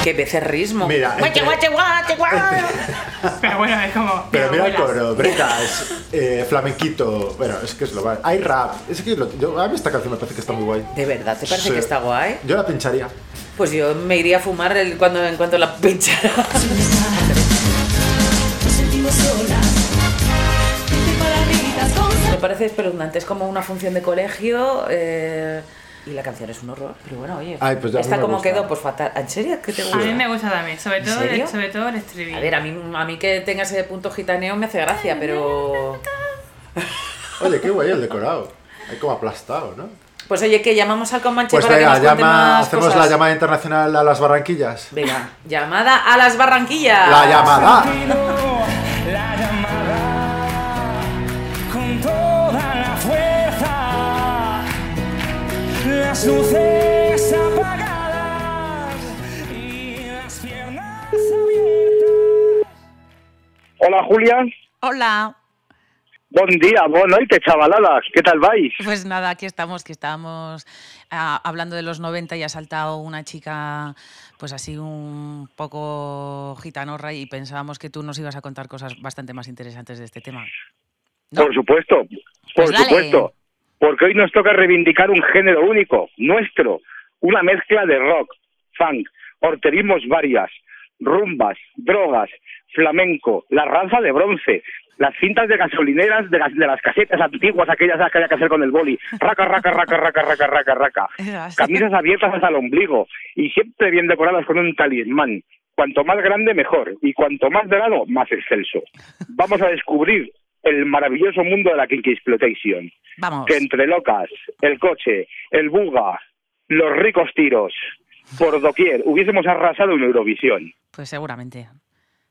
Speaker 2: ¡Qué becerrismo!
Speaker 4: Mira,
Speaker 2: ¡Guache,
Speaker 4: entre-
Speaker 2: guache, guache, guache!
Speaker 3: Pero bueno, es como.
Speaker 4: Pero mira el
Speaker 3: abuelas.
Speaker 4: coro, bretas, eh, flamenquito. Bueno, es que es lo va. Hay rap. Es que lo- yo- a mí esta canción me parece que está muy guay.
Speaker 2: ¿De verdad? ¿Te parece
Speaker 4: Sí.
Speaker 2: que está guay?
Speaker 4: Yo la pincharía.
Speaker 2: Pues yo me iría a fumar el- cuando, en cuanto la pinchara.
Speaker 10: Nos sentimos solas. Separaditas con
Speaker 2: Me parece espeluznante, es como una función de colegio eh, y la canción es un horror, pero bueno, oye,
Speaker 4: Ay, pues a mí
Speaker 2: está
Speaker 4: me
Speaker 2: como
Speaker 4: gusta.
Speaker 2: quedó, pues fatal. ¿En serio? ¿Qué te
Speaker 3: A
Speaker 2: gusta?
Speaker 3: mí me gusta también, sobre
Speaker 2: ¿En
Speaker 3: todo,
Speaker 2: serio?
Speaker 3: el, sobre todo el estribillo.
Speaker 2: A ver, a mí, a mí que tenga ese punto gitaneo me hace gracia, pero...
Speaker 4: Oye, qué guay el decorado. Hay como aplastado, ¿no?
Speaker 2: Pues oye, que llamamos al Comanche
Speaker 4: Pues
Speaker 2: para
Speaker 4: venga,
Speaker 2: que nos cuente
Speaker 4: llama,
Speaker 2: más
Speaker 4: hacemos
Speaker 2: cosas.
Speaker 4: la llamada internacional a las Barranquillas.
Speaker 2: Venga, llamada a las Barranquillas.
Speaker 4: La llamada.
Speaker 6: La llamada con toda la fuerza, las luces apagadas y las piernas abiertas.
Speaker 11: Hola Julia,
Speaker 12: Hola,
Speaker 11: buen día, buena noche chavaladas, ¿qué tal vais?
Speaker 12: pues nada, aquí estamos, que estábamos ah, hablando de los 90 y ha saltado una chica, pues así un poco gitanorra y pensábamos que tú nos ibas a contar cosas bastante más interesantes de este tema.
Speaker 11: Por supuesto, por
Speaker 12: Pues dale.
Speaker 11: supuesto, porque hoy nos toca reivindicar un género único, nuestro, una mezcla de rock, funk, horterismos varias, rumbas, drogas, flamenco, la raza de bronce, las cintas de gasolineras de las, de las casetas antiguas, aquellas que había que hacer con el boli, raca, raca, raca, raca, raca, raca, raca. camisas abiertas hasta el ombligo y siempre bien decoradas con un talismán. Cuanto más grande, mejor. Y cuanto más dorado, más excelso. Vamos a descubrir el maravilloso mundo de la Kinky Exploitation.
Speaker 12: Vamos.
Speaker 11: Que entre locas, el coche, el buga, los ricos tiros, por doquier, hubiésemos arrasado en Eurovisión.
Speaker 12: Pues seguramente.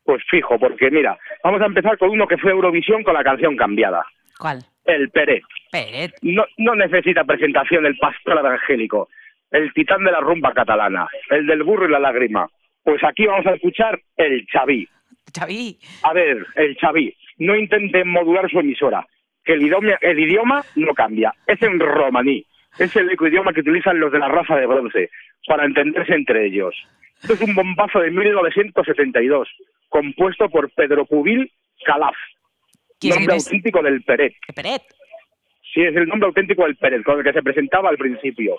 Speaker 11: Pues fijo, porque mira, vamos a empezar con uno que fue Eurovisión con la canción cambiada.
Speaker 12: ¿Cuál?
Speaker 11: El Peret.
Speaker 12: Peret.
Speaker 11: No, no necesita presentación el pastor evangélico, el titán de la rumba catalana, el del burro y la lágrima. Pues aquí vamos a escuchar el Chaví.
Speaker 12: Chaví.
Speaker 11: A ver, el Chaví. No intenten modular su emisora, que el idioma, el idioma no cambia. Es en romaní. Es el único idioma que utilizan los de la raza de bronce para entenderse entre ellos. Esto es un bombazo de 1972, compuesto por Pedro Pubil Calaf,
Speaker 12: ¿Quién
Speaker 11: nombre
Speaker 12: es?
Speaker 11: auténtico del Peret.
Speaker 12: Peret.
Speaker 11: Sí, es el nombre auténtico del Pérez, con el que se presentaba al principio.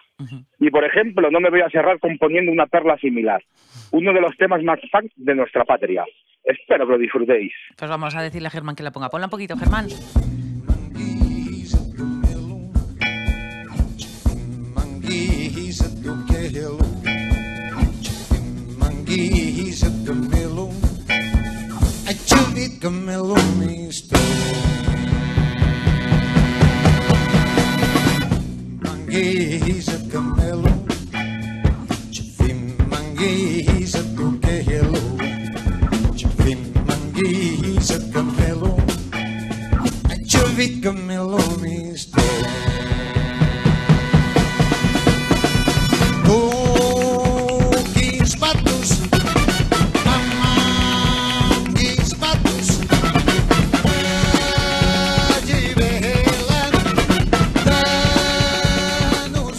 Speaker 11: Y, por ejemplo, no me voy a cerrar componiendo una perla similar. Uno de los temas más funk de nuestra patria. Espero que lo disfrutéis.
Speaker 12: Pues vamos a decirle a Germán que la ponga. Ponla un poquito, Germán.
Speaker 9: Manguisa do Querelo, Manguisa do Melo, a chuva do Melo misto. Manguisa do Melo, Manguisa do Querelo, Manguisa do Melo, a chuva do Melo misto. Manguis patos, manguis patos,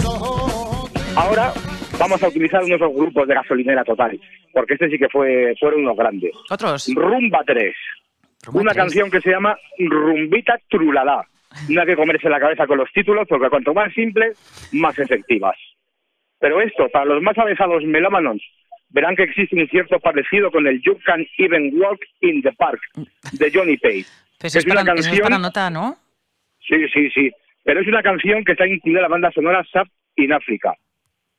Speaker 13: tá
Speaker 11: Ahora vamos a utilizar unos grupos de gasolinera total, porque este sí que fue fueron unos grandes.
Speaker 12: ¿Otros?
Speaker 11: Rumba 3. una canción que se llama Rumbita Trulalá. No hay que comerse la cabeza con los títulos, porque cuanto más simples, más efectivas. Pero esto, para los más avesados melómanos, verán que existe un cierto parecido con el You Can Even Walk in the Park de Johnny Page.
Speaker 12: Pues eso es, para, eso es para nota, ¿no?
Speaker 11: Sí, sí, sí. Pero es una canción que está incluida en la banda sonora Sub in Africa.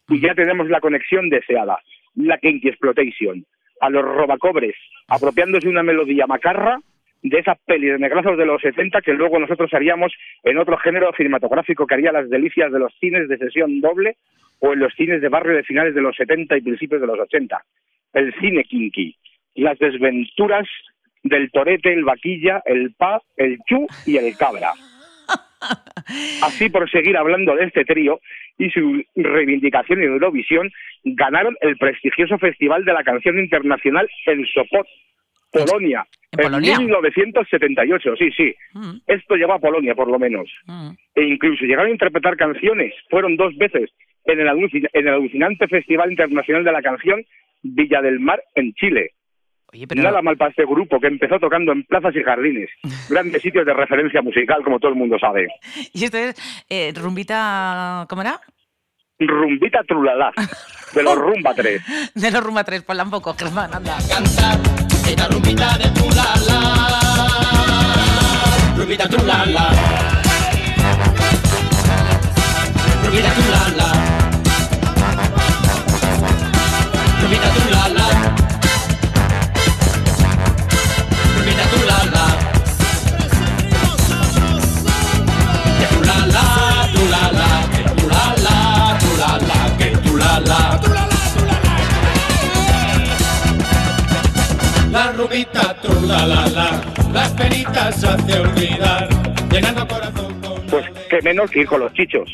Speaker 11: Y ya tenemos la conexión deseada, la Kinky Exploitation. A los robacobres, apropiándose una melodía macarra de esas pelis de negrazos de los 70 que luego nosotros haríamos en otro género cinematográfico que haría las delicias de los cines de sesión doble o en los cines de barrio de finales de los 70 y principios de los 80. El cine kinky. Las desventuras del torete, el vaquilla, el pa, el chu y el cabra. Así por seguir hablando de este trío y su reivindicación en Eurovisión, ganaron el prestigioso Festival de la Canción Internacional en Sopot, Polonia,
Speaker 2: ¿En Polonia?
Speaker 11: en 1978. Sí, sí.
Speaker 2: Mm.
Speaker 11: Esto lleva a Polonia, por lo menos.
Speaker 2: Mm.
Speaker 11: E incluso llegaron a interpretar canciones. Fueron dos veces en el, alucin- en el alucinante Festival Internacional de la Canción Villa del Mar, en Chile.
Speaker 2: Oye, pero-
Speaker 11: Nada mal para este grupo que empezó tocando en plazas y jardines, grandes sitios de referencia musical, como todo el mundo sabe.
Speaker 2: Y esto es eh, rumbita, ¿cómo era?
Speaker 11: Rumbita Trulalá, de los Rumba 3.
Speaker 2: De los rumba 3, ponla un poco, Germán, anda.
Speaker 6: Esta rumbita de tu la la. Rumbita tu la la. Rumbita tu la la. Rumbita tu la la. Rumbita tu la la. Que tu la la, tu la la, que tu la la, tu la la, que tu la la. La rubita trula la la, las penitas hace olvidar, llenando corazón con...
Speaker 11: Pues qué menos que ir con los chichos.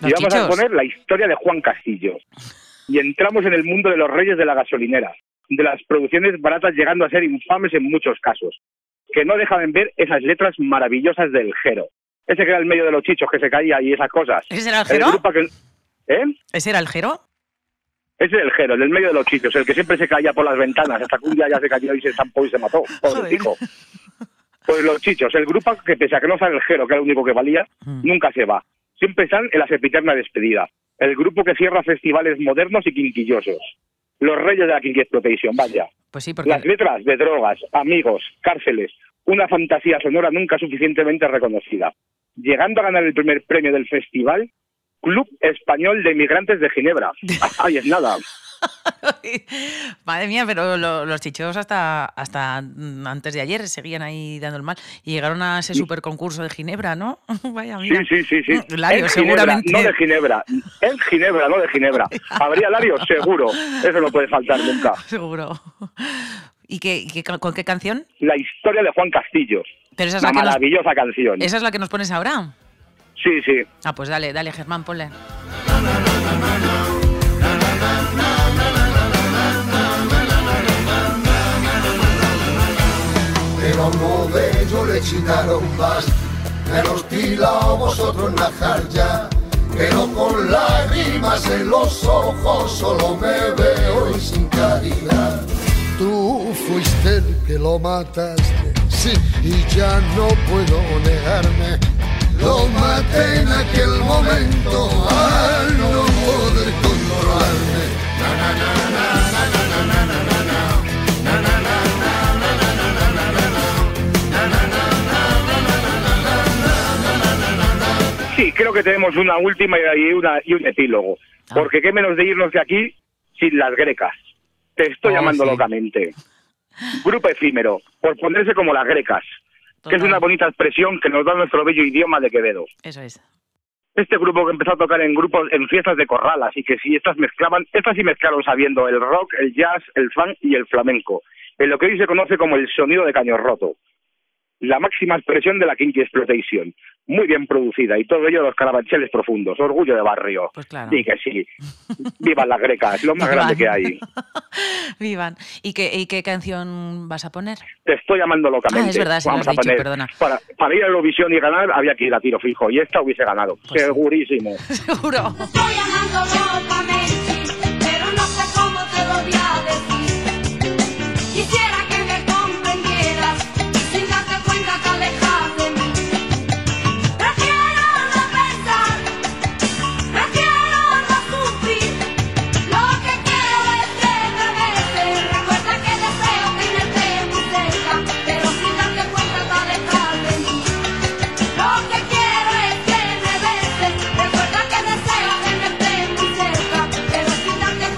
Speaker 6: ¿Los
Speaker 11: y vamos a
Speaker 6: chichos?
Speaker 11: poner la historia de Juan Castillo. Y entramos en el mundo de los reyes de la gasolinera, de las producciones baratas llegando a ser infames en muchos casos, que no dejan ver esas letras maravillosas del Jero. Ese que era el medio de los chichos que se caía y esas cosas.
Speaker 2: ¿Ese era el Jero?
Speaker 11: grupo que- ¿Eh?
Speaker 2: ¿Ese era el Jero?
Speaker 11: Ese es el Jero, el del medio de los chichos, el que siempre se caía por las ventanas, hasta que un día ya se cayó y se estampó y se mató. Pobre hijo. Pues los chichos, el grupo que pese a que no sale el Jero, que era el único que valía, nunca se va. Siempre están en la sepiterna despedida. El grupo que cierra festivales modernos y quinquillosos. Los reyes de la quinqui exploitation, vaya.
Speaker 2: Pues sí, porque...
Speaker 11: Las letras de drogas, amigos, cárceles, una fantasía sonora nunca suficientemente reconocida. Llegando a ganar el primer premio del festival, Club Español de Inmigrantes de Ginebra. Ahí es nada.
Speaker 2: Madre mía, pero lo- los chichos hasta, hasta mm, antes de ayer seguían ahí dando el mal. Y llegaron a ese super concurso de Ginebra, ¿no? Vaya,
Speaker 11: Sí,
Speaker 2: mira.
Speaker 11: sí, sí, sí.
Speaker 2: Mm, Lario,
Speaker 11: en Ginebra,
Speaker 2: seguramente.
Speaker 11: no de Ginebra. En Ginebra, no de Ginebra. Habría Lario, seguro. Eso no puede faltar nunca.
Speaker 2: Seguro. ¿Y qué, qué- con qué canción?
Speaker 11: La historia de Juan Castillo.
Speaker 2: Pero esa es
Speaker 11: Una
Speaker 2: la que nos-
Speaker 11: maravillosa canción.
Speaker 2: ¿Esa es la que nos pones ahora?
Speaker 11: Sí, sí.
Speaker 2: Ah, pues dale, dale, Germán, ponle.
Speaker 13: Però de ellos le chinaron más, pero ostilado vosotros nazar ya, pero con lágrimas en los ojos solo me veo y sin caridad. Tú fuiste el que lo mataste, sí, y ya no puedo negarme. Lo maté en aquel momento al no poder controlarme.
Speaker 11: Sí, creo que tenemos una última y, una, y un epílogo.
Speaker 2: Ah.
Speaker 11: Porque qué menos de irnos de aquí sin las grecas. Te estoy
Speaker 14: Oh,
Speaker 11: llamando
Speaker 14: sí.
Speaker 11: locamente. Grupo efímero, por ponerse como las grecas, que es una bonita expresión que nos da nuestro bello idioma de Quevedo.
Speaker 2: Eso es.
Speaker 11: Este grupo que empezó a tocar en grupos, en fiestas de corral, así que sí, estas mezclaban, estas sí mezclaron sabiendo el rock, el jazz, el funk y el flamenco, en lo que hoy se conoce como el sonido de caño roto. La máxima expresión de la kinky exploitation, muy bien producida, y todo ello de los carabancheles profundos, orgullo de barrio.
Speaker 2: Pues claro.
Speaker 11: Sí que sí. Vivan las grecas, lo más
Speaker 2: Vivan.
Speaker 11: grande que hay.
Speaker 2: Vivan. ¿Y qué, y qué canción vas a poner?
Speaker 11: Te estoy llamando locamente.
Speaker 2: Ah, es verdad, sí lo has
Speaker 11: Vamos a
Speaker 2: dicho,
Speaker 11: poner,
Speaker 2: perdona.
Speaker 11: Para, para ir a Eurovisión y ganar había que ir a tiro fijo, y esta hubiese ganado,
Speaker 2: Pues
Speaker 11: segurísimo.
Speaker 2: Seguro.
Speaker 7: Estoy llamando locamente, pero no sé cómo te lo voy a decir. Quisiera que me comprendieras, sin darte cuenta te alejas de mí. Prefiero no pensar, prefiero no sufrir. Lo que quiero es que me beses. Recuerda que deseo tenerte muy cerca, pero sin darte cuenta te alejas de mí. Lo que quiero es que me beses. Recuerda que deseo tenerte muy cerca,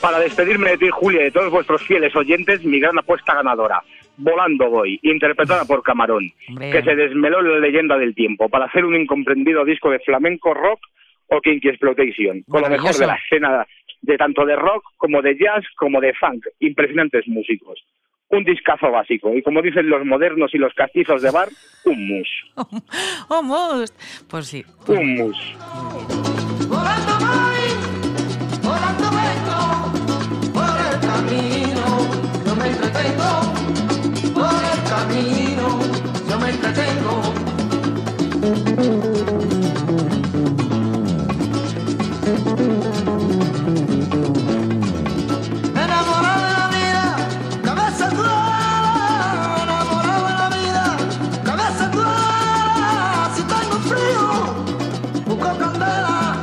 Speaker 11: Para despedirme de ti, Julia, y de todos vuestros fieles oyentes, mi gran apuesta ganadora. Volando voy, interpretada por Camarón,
Speaker 15: Hombre.
Speaker 11: que se desmeló en la leyenda del tiempo para hacer un incomprendido disco de flamenco rock o kinky exploitation, con lo mejor de la escena de tanto de rock como de jazz como de funk, impresionantes músicos. Un discazo básico y como dicen los modernos y los castizos de bar, un mus,
Speaker 12: Almost. Pues sí.
Speaker 11: un mus.
Speaker 13: Volando voy, volando vengo, por el camino, yo me entretengo, por el camino, yo me entretengo. Enamorado de la vida, cabeza clara, enamorado de la vida, cabeza clara, si tengo frío, busco candela.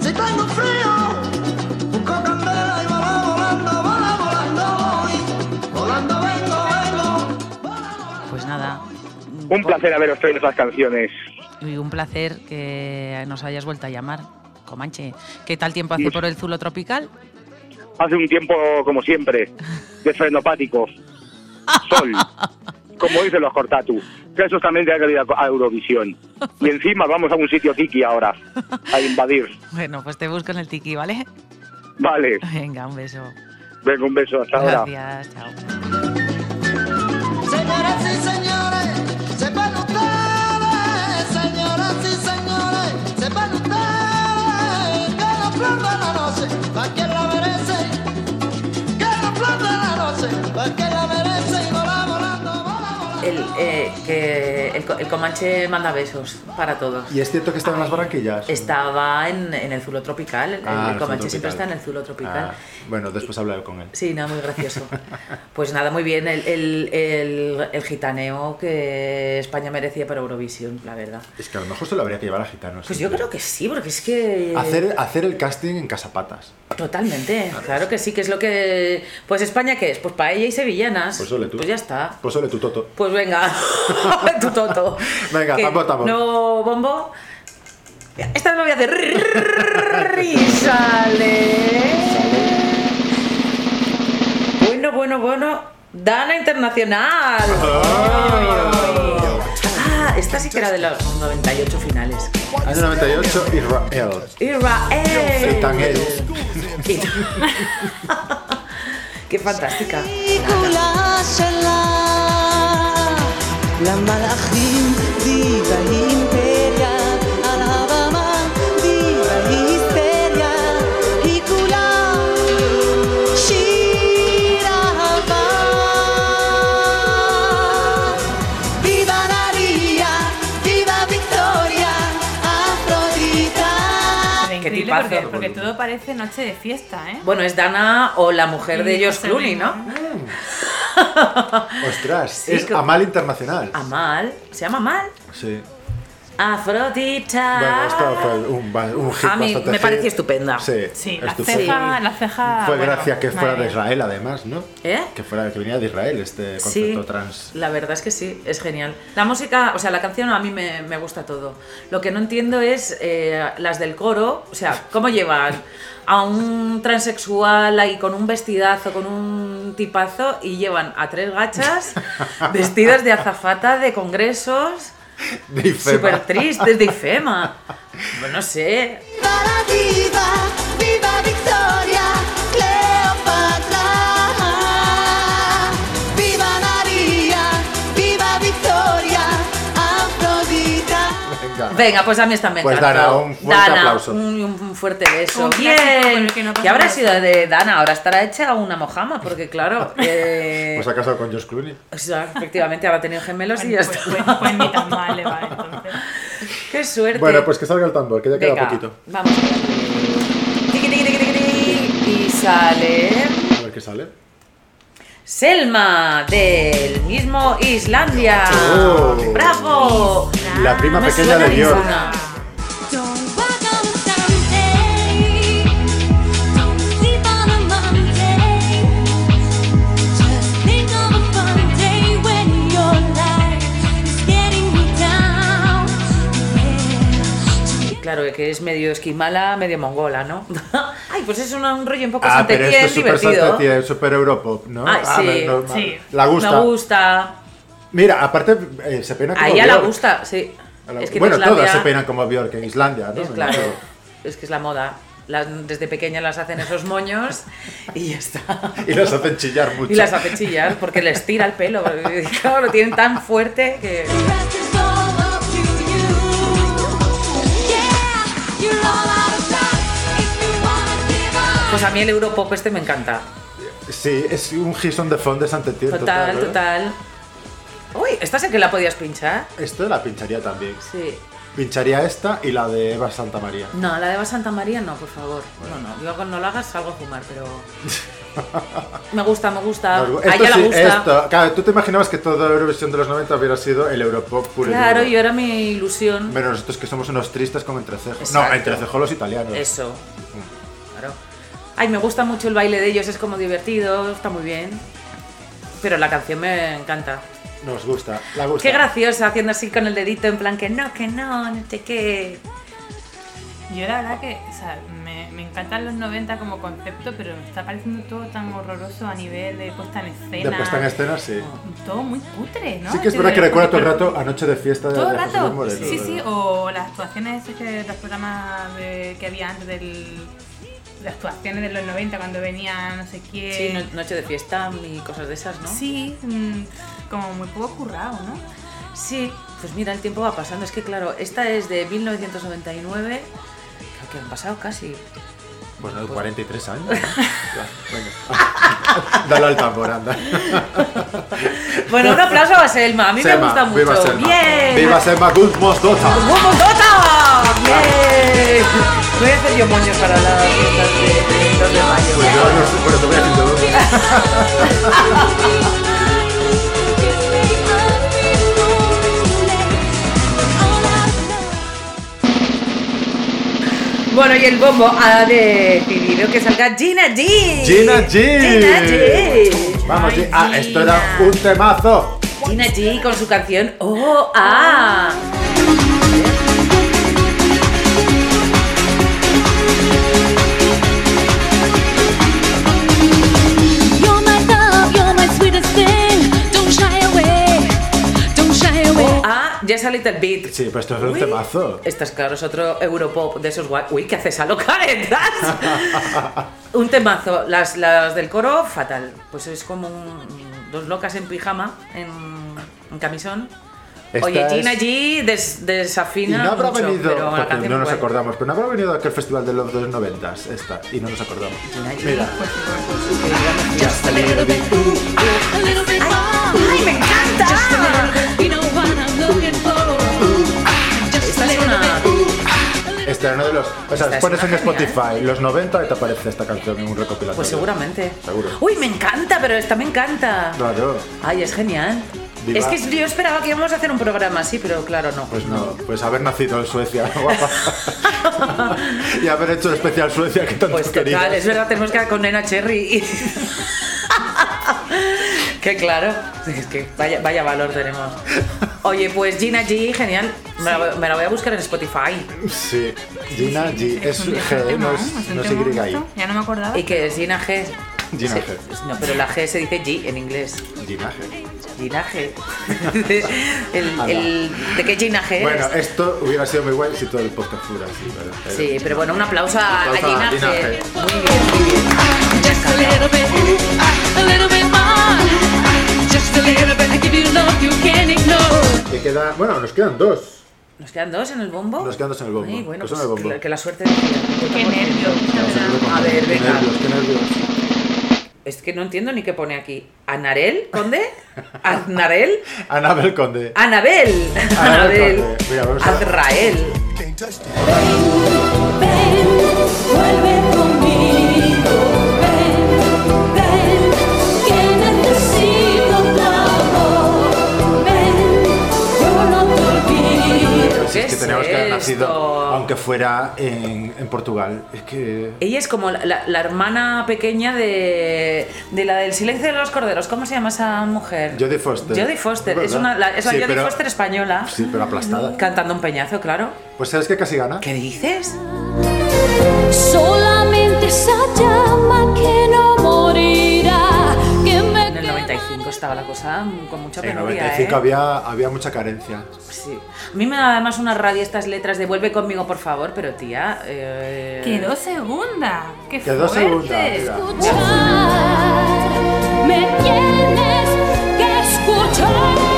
Speaker 13: Si tengo frío, busco candela y vola volando, vola volando voy. Volando vengo, vengo.
Speaker 12: Pues nada.
Speaker 2: Pues-
Speaker 11: Un placer haberos traído estas canciones.
Speaker 12: Y un placer que nos hayas vuelto a llamar, Comanche. ¿Qué tal tiempo hace por el Zulo Tropical?
Speaker 11: Hace un tiempo, como siempre, de frenopático. Sol. Como dicen los cortatu. Que esos también tienen que ir a a Eurovisión. Y encima vamos a un sitio tiki ahora. A invadir.
Speaker 12: Bueno, pues te busco en el tiki, ¿vale?
Speaker 11: Vale.
Speaker 12: Venga, un beso.
Speaker 11: Venga, un beso. Hasta ahora.
Speaker 12: Gracias, chao.
Speaker 13: Señoras y señores, sepan ustedes, señoras y señores, sepan ustedes que la plata la noche, pa' que la merece, que la plata la noche, pa' que la merece y volá, volá.
Speaker 2: El, eh, que el, co- el Comanche manda besos para todos.
Speaker 4: ¿Y es cierto que están en las barranquillas?
Speaker 2: Estaba en, en el Zulo Tropical, el,
Speaker 4: Ah,
Speaker 2: el
Speaker 4: el Zulo
Speaker 2: Comanche siempre
Speaker 4: Tropical.
Speaker 2: está en el Zulo Tropical.
Speaker 4: Ah, bueno, después hablaré con él.
Speaker 2: Sí, nada, muy gracioso. Pues nada, muy bien, el, el- el- el gitaneo que España merecía para Eurovisión, la verdad.
Speaker 4: Es que a lo mejor se lo habría que llevar a gitanos.
Speaker 2: Pues yo creo que sí, porque es que...
Speaker 4: Hacer, hacer el casting en casapatas.
Speaker 2: Totalmente, claro que sí, que es lo que... Pues España, ¿qué es? Pues paella y sevillanas.
Speaker 4: Pues ole tú.
Speaker 2: Pues ya está.
Speaker 4: Pues ole tu toto.
Speaker 2: Pues venga, tu toto.
Speaker 4: Venga,
Speaker 2: Que
Speaker 4: tambor, tambor.
Speaker 2: No, bombo. Esta lo voy a hacer. Y sale. Bueno, bueno, bueno. Dana Internacional. Ah, esta sí que era de los 98 finales.
Speaker 4: Año 98, Israel.
Speaker 2: Eh. Israel.
Speaker 4: Eitanel.
Speaker 2: Qué fantástica.
Speaker 13: La malachim, diva imperia, alabama, diva histeria, y kula, shiraba. Viva Daría, viva Victoria, Afrodita.
Speaker 3: Era
Speaker 2: Qué
Speaker 3: increíble
Speaker 2: tipazo.
Speaker 3: porque, porque todo parece noche de fiesta, ¿eh?
Speaker 2: Bueno, es Dana o la mujer de
Speaker 3: Y
Speaker 2: George
Speaker 3: José
Speaker 2: Clooney,
Speaker 3: Reina.
Speaker 2: ¿no?
Speaker 4: Ostras,
Speaker 2: Sí, Ah.
Speaker 4: es
Speaker 2: que-
Speaker 4: Amal Internacional.
Speaker 2: Amal. ¿Se llama Amal?
Speaker 4: Sí.
Speaker 2: Afrodita.
Speaker 4: Bueno, esto fue un, ba- un hit
Speaker 2: Ah. A mí
Speaker 4: bastante
Speaker 2: me
Speaker 4: hit.
Speaker 2: pareció estupenda.
Speaker 4: Sí,
Speaker 3: Sí, la
Speaker 4: estupendo.
Speaker 3: ceja, la ceja.
Speaker 4: Fue
Speaker 3: bueno,
Speaker 4: gracias que fuera
Speaker 3: madre
Speaker 4: de
Speaker 3: mía.
Speaker 4: Israel, además, ¿no?
Speaker 2: ¿Eh?
Speaker 4: Que fuera que viniera de Israel este concepto trans.
Speaker 2: La verdad es que sí, es genial. La música, o sea, la canción a mí me, me gusta todo. Lo que no entiendo es eh, las del coro, o sea, cómo llevan a un transexual ahí con un vestidazo, con un tipazo y llevan a tres gachas vestidas de azafata de congresos.
Speaker 4: De Ifema.
Speaker 2: Súper tristes, de IFEMA. Bueno, no sé.
Speaker 13: ¡Viva la diva! ¡Viva Victoria! ¡Cleopatra! ¡Viva María! ¡Viva Victoria! ¡Afrodita!
Speaker 4: Venga.
Speaker 2: Venga, pues a mí esta me
Speaker 4: Pues
Speaker 2: encantó.
Speaker 4: Dana, un fuerte
Speaker 2: Dana,
Speaker 4: aplauso.
Speaker 2: Un, un fuerte beso.
Speaker 3: Un clásico con
Speaker 2: Bien.
Speaker 3: el que no pasa
Speaker 2: y habrá
Speaker 3: nada.
Speaker 2: sido de Dana, ahora estará hecha una mojama, porque claro, eh,
Speaker 4: Pues ha casado con George Clooney.
Speaker 2: o sea, efectivamente habrá tenido gemelos y ya
Speaker 3: Bueno,
Speaker 2: está.
Speaker 3: pues, pues, pues ni tan mal le va, entonces.
Speaker 2: Qué suerte.
Speaker 4: Bueno, pues que salga el tambor, que ya queda
Speaker 2: Venga,
Speaker 4: poquito.
Speaker 2: Vamos. Tiqui, tiqui, tiqui, tiqui, tiqui. Y sale
Speaker 4: A ver qué sale.
Speaker 2: Selma del mismo Islandia.
Speaker 4: Oh.
Speaker 2: ¡Bravo!
Speaker 4: La prima
Speaker 2: Me
Speaker 4: pequeña
Speaker 2: suena
Speaker 4: de Björk.
Speaker 2: ninguna. claro, que es medio esquimala, medio mongola, ¿no? Ay, pues es una- un rollo un poco
Speaker 4: Ah, pero
Speaker 2: Saint-Étienne
Speaker 4: esto es súper
Speaker 2: divertido.
Speaker 4: Saint-Étienne, súper Europop, ¿no?
Speaker 2: Ay,
Speaker 4: Ah,
Speaker 2: sí,
Speaker 4: no, no,
Speaker 2: sí.
Speaker 4: La gusta.
Speaker 2: Me gusta.
Speaker 4: Mira, aparte, eh, se pena como
Speaker 2: A ella la
Speaker 4: Björk.
Speaker 2: gusta, sí.
Speaker 4: A la-
Speaker 2: Es que en
Speaker 4: bueno, todas
Speaker 2: Islandia-
Speaker 4: se peinan como Björk en Islandia, ¿no?
Speaker 2: Es
Speaker 4: Me
Speaker 2: claro,
Speaker 4: imagino.
Speaker 2: es que es la moda. Las- desde pequeña las hacen esos moños y ya está.
Speaker 4: Y las hacen chillar mucho.
Speaker 2: Y las hace chillar porque les tira el pelo. Y, Claro, lo tienen tan fuerte que. Pues a mí el Europop este me encanta.
Speaker 4: Sí, es un gis on the phone de Saint-Étienne.
Speaker 2: Total,
Speaker 4: ¿eh?
Speaker 2: total. Uy, esta sé que la podías pinchar.
Speaker 4: Esto la pincharía también.
Speaker 2: Sí.
Speaker 4: Pincharía esta y la de Eva Santa María.
Speaker 2: No, la de Eva Santa María no, por favor. No, no, yo cuando lo hagas salgo a fumar, pero. Me gusta, me gusta.
Speaker 4: Nos-
Speaker 2: Ah, a
Speaker 4: Esto
Speaker 2: ella
Speaker 4: sí,
Speaker 2: la gusta.
Speaker 4: esto. Claro, tú te imaginabas que toda la Eurovisión de los 90 hubiera sido el Europop puro y
Speaker 2: Claro,
Speaker 4: duro?
Speaker 2: yo era mi ilusión.
Speaker 4: Pero nosotros que somos unos tristes con entrecejo. No,
Speaker 2: Exacto.
Speaker 4: entrecejo los italianos.
Speaker 2: Eso.
Speaker 4: Mm.
Speaker 2: Claro. Ay, me gusta mucho el baile de ellos, es como divertido, está muy bien. Pero la canción me encanta.
Speaker 4: Nos gusta, la gusta.
Speaker 2: Qué graciosa, haciendo así con el dedito, en plan que no, que no, no sé qué.
Speaker 3: Yo la verdad que, o sea, me, me encantan los 90 como concepto, pero me está pareciendo todo tan horroroso a nivel de puesta en escena.
Speaker 4: De puesta en escena, sí.
Speaker 3: Todo muy cutre, ¿no?
Speaker 4: Sí que es
Speaker 3: Te-
Speaker 4: verdad que recuerda todo el
Speaker 3: porque-
Speaker 4: rato a Noche de Fiesta de,
Speaker 3: Todo el
Speaker 4: de José Luis
Speaker 3: rato.
Speaker 4: Moreno,
Speaker 3: Sí, sí,
Speaker 4: ¿verdad?
Speaker 3: o las actuaciones esos que- los programas de- que había antes del. Las actuaciones de los 90 cuando venía no sé quién.
Speaker 2: Sí, no- noche de fiesta y cosas de esas, ¿no?
Speaker 3: Sí, mm, como muy poco currado, ¿no?
Speaker 2: Sí, pues mira, el tiempo va pasando. Es que claro, esta es de 1999, creo que han pasado casi.
Speaker 4: Pues no, 43 años. ¿no? Ya, venga. Dale al tambor, anda.
Speaker 2: Bueno, un aplauso a Selma, a mí me
Speaker 4: Selma,
Speaker 2: gusta mucho.
Speaker 4: Viva Selma.
Speaker 2: Bien.
Speaker 4: Viva Selma Gudmos Dota.
Speaker 2: ¡Vamos, Dota! ¡Bien! Voy a hacer yo moños para las fiestas de 2 de mayo.
Speaker 4: Pues yo no sé, bueno, te voy a decir todo.
Speaker 2: Bueno, y el bombo ha decidido que salga Gina G.
Speaker 4: Gina G.
Speaker 2: Gina G.
Speaker 4: Vamos, G- ah, esto era un temazo.
Speaker 2: Gina G con su canción Oh, ah.
Speaker 13: You're my love, you're my sweetest thing. Don't shy away, don't shy away.
Speaker 2: Ah, ya sale el beat.
Speaker 4: Sí, pero esto es un
Speaker 2: Uy.
Speaker 4: temazo.
Speaker 2: Esto es claro, es otro Europop de esos guay. Uy, ¿qué haces a lo Un temazo. Las, las del coro, fatal. Pues es como un- dos locas en pijama, en, en camisón.
Speaker 4: Esta
Speaker 2: Oye, Gina
Speaker 4: es-
Speaker 2: G des-
Speaker 4: Y
Speaker 2: desafina.
Speaker 4: no habrá
Speaker 2: mucho,
Speaker 4: venido,
Speaker 2: pero la
Speaker 4: porque
Speaker 2: canción
Speaker 4: no nos
Speaker 2: guay.
Speaker 4: acordamos, pero no habrá venido a aquel festival de los dos noventas, esta, y no nos acordamos. Mira. Just a little bit.
Speaker 13: A little bit more. Ay, me encanta. Just a little bit. You know what I'm looking for. Just a little bit.
Speaker 4: Este era uno de los. O sea,
Speaker 2: Esta es
Speaker 4: pones
Speaker 2: una
Speaker 4: en Spotify los 90 y te aparece esta canción en un recopilatorio.
Speaker 2: Pues seguramente.
Speaker 4: Seguro.
Speaker 2: Uy, me encanta, pero esta me encanta.
Speaker 4: Claro.
Speaker 2: Ay, es genial.
Speaker 4: Diva.
Speaker 2: Es que yo esperaba que íbamos a hacer un programa así, pero claro, no.
Speaker 4: Pues no, pues haber nacido en Suecia, guapa. y haber hecho el especial Suecia que tanto pues
Speaker 2: Total, es verdad, tenemos que con Nena Cherry. que claro, es que vaya, vaya valor tenemos. Oye, pues Gina G, genial. Me, la, me la voy a buscar en Spotify.
Speaker 4: Sí, Gina G. Es G, no es, no es Y ahí.
Speaker 2: Ya no me acordaba. ¿Y que es Gina G?
Speaker 4: Gina
Speaker 2: Sí,
Speaker 4: G.
Speaker 2: No, pero la G se dice G en inglés.
Speaker 4: Gina G.
Speaker 2: Gina G. El-
Speaker 4: Ala.
Speaker 2: el- ¿De qué Gina G es?
Speaker 4: Bueno, eh, esto hubiera sido muy guay si todo el podcast fuera así, ¿verdad?
Speaker 2: Sí, pero bueno, un aplauso a, a
Speaker 4: Aplauso a
Speaker 2: Gina,
Speaker 4: Gina
Speaker 2: G.
Speaker 4: G.
Speaker 2: Muy bien, muy bien.
Speaker 13: Just a little bit. A little bit more. Just a little bit. I give you love you can't ignore.
Speaker 4: Te queda, bueno, nos quedan dos.
Speaker 2: ¿Nos quedan dos en el bombo?
Speaker 4: Nos quedan dos en el bombo.
Speaker 2: Ay, bueno,
Speaker 4: Dos en
Speaker 2: pues,
Speaker 4: el bombo.
Speaker 2: que, que la suerte... Qué nervios. A ver,
Speaker 4: Qué
Speaker 2: venga.
Speaker 4: nervios, qué nervios.
Speaker 2: Es que no entiendo ni qué pone aquí. ¿Anarel, conde? ¿Anarel?
Speaker 4: Anabel Conde.
Speaker 2: Ah, ¡Anabel!
Speaker 4: Anabel
Speaker 2: ¡Anabel!
Speaker 4: Conde. Mira, vamos a ver.
Speaker 2: ¡Azrael!
Speaker 13: Vuelve conmigo. Ven, ven. Que necesito tu amor. Ven, yo no te olvido.
Speaker 4: Sí, es que tenía teníamos que haber nacido,
Speaker 2: Esto.
Speaker 4: aunque fuera en, en Portugal. Es que.
Speaker 2: Ella es como la, la- la hermana pequeña de, de la del silencio de los corderos. ¿Cómo se llama esa mujer?
Speaker 4: Jodie Foster.
Speaker 2: Jodie Foster. Es,
Speaker 4: ¿Verdad?
Speaker 2: una, la, es la
Speaker 4: Sí,
Speaker 2: Jodie
Speaker 4: pero-
Speaker 2: Foster española.
Speaker 4: Sí, pero aplastada.
Speaker 2: Cantando un peñazo, claro.
Speaker 4: Pues sabes que casi gana.
Speaker 2: ¿Qué dices?
Speaker 7: Solamente esa llama que no morirá, que me
Speaker 2: En el 95 estaba la cosa con mucha
Speaker 4: En
Speaker 2: penuria,
Speaker 4: 95
Speaker 2: ¿eh?
Speaker 4: había, había mucha carencia.
Speaker 2: Sí. A mí me da además una rabia estas letras de vuelve conmigo, por favor, pero tía. eh,
Speaker 3: Quedó segunda. ¡Qué
Speaker 2: Quedó
Speaker 3: fuerte!
Speaker 2: segunda, mira.
Speaker 7: me tienes que escuchar.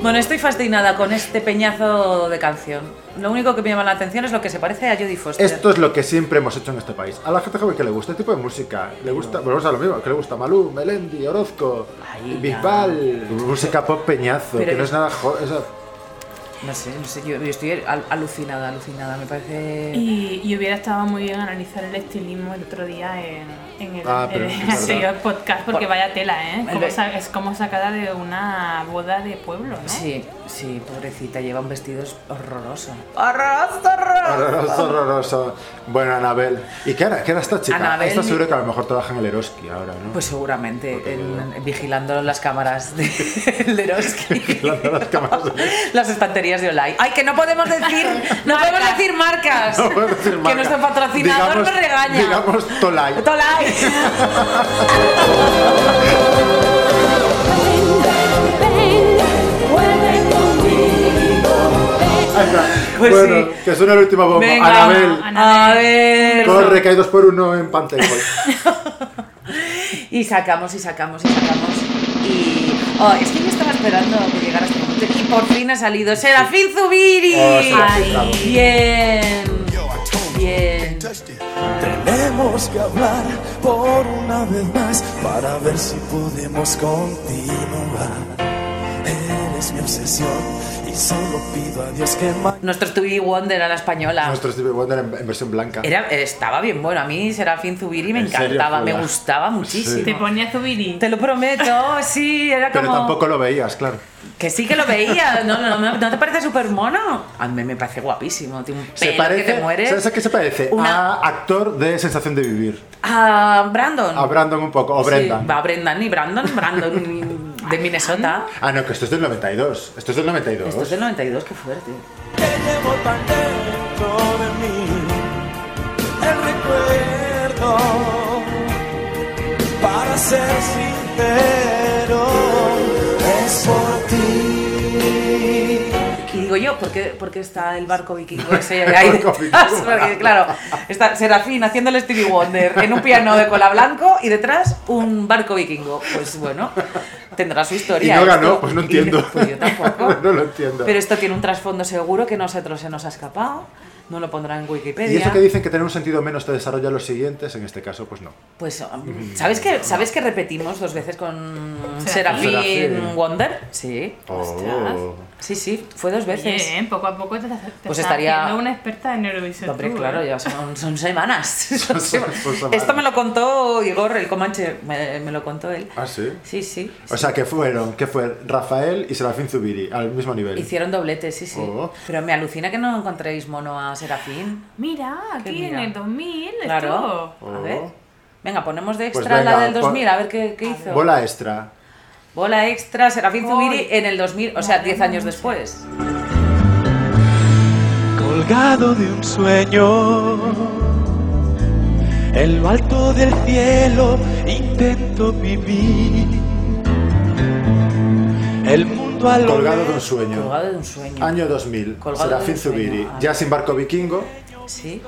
Speaker 2: Bueno, estoy fascinada con este peñazo de canción. Lo único que me llama la atención es lo que se parece a Jodie Foster.
Speaker 4: Esto es lo que siempre hemos hecho en este país. A la gente joven que le gusta este tipo de música, le gusta, volvemos a lo mismo, que le gusta Malú, Melendi, Orozco, Bisbal, música pop peñazo,
Speaker 2: Pero
Speaker 4: que no
Speaker 2: es-
Speaker 4: es nada jo- esa-
Speaker 2: No sé, no sé, yo, yo estoy al- alucinada, alucinada, me parece...
Speaker 3: Y, y hubiera estado muy bien analizar el estilismo el otro día en, en el,
Speaker 2: Ah, pero
Speaker 3: en
Speaker 2: es
Speaker 3: el
Speaker 2: verdad.
Speaker 3: anterior podcast, porque
Speaker 2: Por-
Speaker 3: vaya tela, ¿eh?
Speaker 2: El
Speaker 3: Como
Speaker 2: de-
Speaker 3: sa- es como sacada de una boda de pueblo, ¿no?
Speaker 2: Sí, sí, pobrecita, lleva un vestido horroroso.
Speaker 4: horroroso, horroroso. Bueno, Anabel. ¿Y qué era, qué era esta chica?
Speaker 2: Anabel-
Speaker 4: Está seguro que a lo mejor trabaja en el Eroski ahora, ¿no?
Speaker 2: Pues seguramente, en- en- vigilando las cámaras de de Eroski. las estanterías de Olay. ¡Ay, que no podemos decir, no podemos decir marcas!
Speaker 4: No podemos decir
Speaker 2: Que
Speaker 4: marca.
Speaker 2: nuestro patrocinador
Speaker 4: Digamos-
Speaker 2: me regaña. Pues
Speaker 4: Digamos Tolai.
Speaker 2: Tolai.
Speaker 4: bueno, que suena el último bombo.
Speaker 2: Venga,
Speaker 4: Anabel.
Speaker 2: a ver.
Speaker 4: Corre, que hay dos por uno en pantalla.
Speaker 2: Y sacamos, y sacamos, y sacamos. Y. Oh, es que yo estaba esperando que llegara este momento. Y por fin ha salido Serafín Zubiri.
Speaker 6: Oh, Serafín,
Speaker 2: Ay,
Speaker 6: bravo.
Speaker 2: bien. Bien.
Speaker 15: Tenemos que hablar por una vez más para ver si podemos continuar. Eres mi obsesión y solo pido a Dios que ma-
Speaker 2: Nuestro Stevie Wonder a la española.
Speaker 4: Nuestro Stevie Wonder en, en versión blanca.
Speaker 2: Era, estaba bien bueno. A mí Serafín Zubiri me
Speaker 4: ¿En serio,
Speaker 2: encantaba, me
Speaker 4: Julia?
Speaker 2: gustaba muchísimo.
Speaker 4: Sí. Te
Speaker 2: ponía Zubiri. Te lo prometo, sí, era
Speaker 4: Pero
Speaker 2: como.
Speaker 4: tampoco lo veías, claro.
Speaker 2: Que sí que lo veía. No, no, no, ¿no te parece súper mono? A mí me parece guapísimo. Tiene un pelo
Speaker 4: Se parece,
Speaker 2: que te mueres.
Speaker 4: ¿Sabes a qué se parece?
Speaker 2: Una-
Speaker 4: A actor de Sensación de Vivir.
Speaker 2: A Ah, Brandon.
Speaker 4: A Brandon un poco, o Brendan.
Speaker 2: Mm. Sí, a Brendan y Brandon, Brandon de Minnesota.
Speaker 4: Ah, no, que esto es del 92. Esto es del 92.
Speaker 2: Esto Este es del 92, qué fuerte.
Speaker 15: llevo tan dentro de mí el recuerdo para ser sincero es por ti
Speaker 2: Y digo yo, ¿por qué, por qué está el barco vikingo ese ahí detrás? Porque, claro, está Serafín haciendo el Stevie Wonder en un piano de cola blanco y detrás un barco vikingo. Pues bueno, tendrá su
Speaker 4: Y
Speaker 2: historia.
Speaker 4: no
Speaker 2: esto.
Speaker 4: ganó, pues no entiendo.
Speaker 2: pues yo tampoco.
Speaker 4: no lo entiendo.
Speaker 2: Pero esto tiene un trasfondo seguro que a nosotros se nos ha escapado. No lo pondrá en
Speaker 4: y
Speaker 2: Wikipedia.
Speaker 4: eso que dicen que tener un sentido menos te desarrolla los siguientes, en este caso, pues no.
Speaker 2: Pues, um, ¿sabes que, ¿sabes que repetimos dos veces con Serafín,
Speaker 4: Serafín. Serafín.
Speaker 2: Wonder? Sí.
Speaker 3: Oh.
Speaker 2: Sí, sí, fue dos veces.
Speaker 3: Oye, ¿eh? poco a poco te, te estás
Speaker 2: pues estaría-
Speaker 3: haciendo una experta en Eurovisión.
Speaker 2: Hombre,
Speaker 3: tú, ¿eh?
Speaker 2: claro, ya son, son semanas. Son semanas.
Speaker 4: son semanas.
Speaker 2: Esto me lo contó Igor, el Comanche, me, me lo contó él.
Speaker 4: Ah, sí.
Speaker 2: Sí, sí.
Speaker 4: O sea, que fueron, que fue Rafael y Serafín Zubiri, al mismo nivel.
Speaker 2: Hicieron dobletes, sí, sí.
Speaker 4: Oh.
Speaker 2: Pero me alucina que no encontréis mono a Serafín.
Speaker 3: Mira,
Speaker 2: Qué
Speaker 3: aquí en
Speaker 2: mira.
Speaker 3: el 2000
Speaker 2: Claro.
Speaker 3: estuvo.
Speaker 2: A ver. Venga, ponemos de
Speaker 4: Oh. Pues
Speaker 2: extra la
Speaker 4: venga,
Speaker 2: del
Speaker 4: pon-
Speaker 2: 2000, a ver qué, qué hizo.
Speaker 4: Bola extra.
Speaker 2: Bola extra, Serafín Zubiri en el 2000, o sea, 10 años después.
Speaker 15: colgado de un sueño. En lo alto del cielo intento vivir. El mundo al
Speaker 4: Colgado de un sueño.
Speaker 2: Colgado de un sueño.
Speaker 4: Año 2000.
Speaker 2: Colgado
Speaker 4: Serafín
Speaker 2: de un sueño,
Speaker 4: Zubiri.
Speaker 2: ah.
Speaker 4: Ya sin barco vikingo.
Speaker 2: Sí.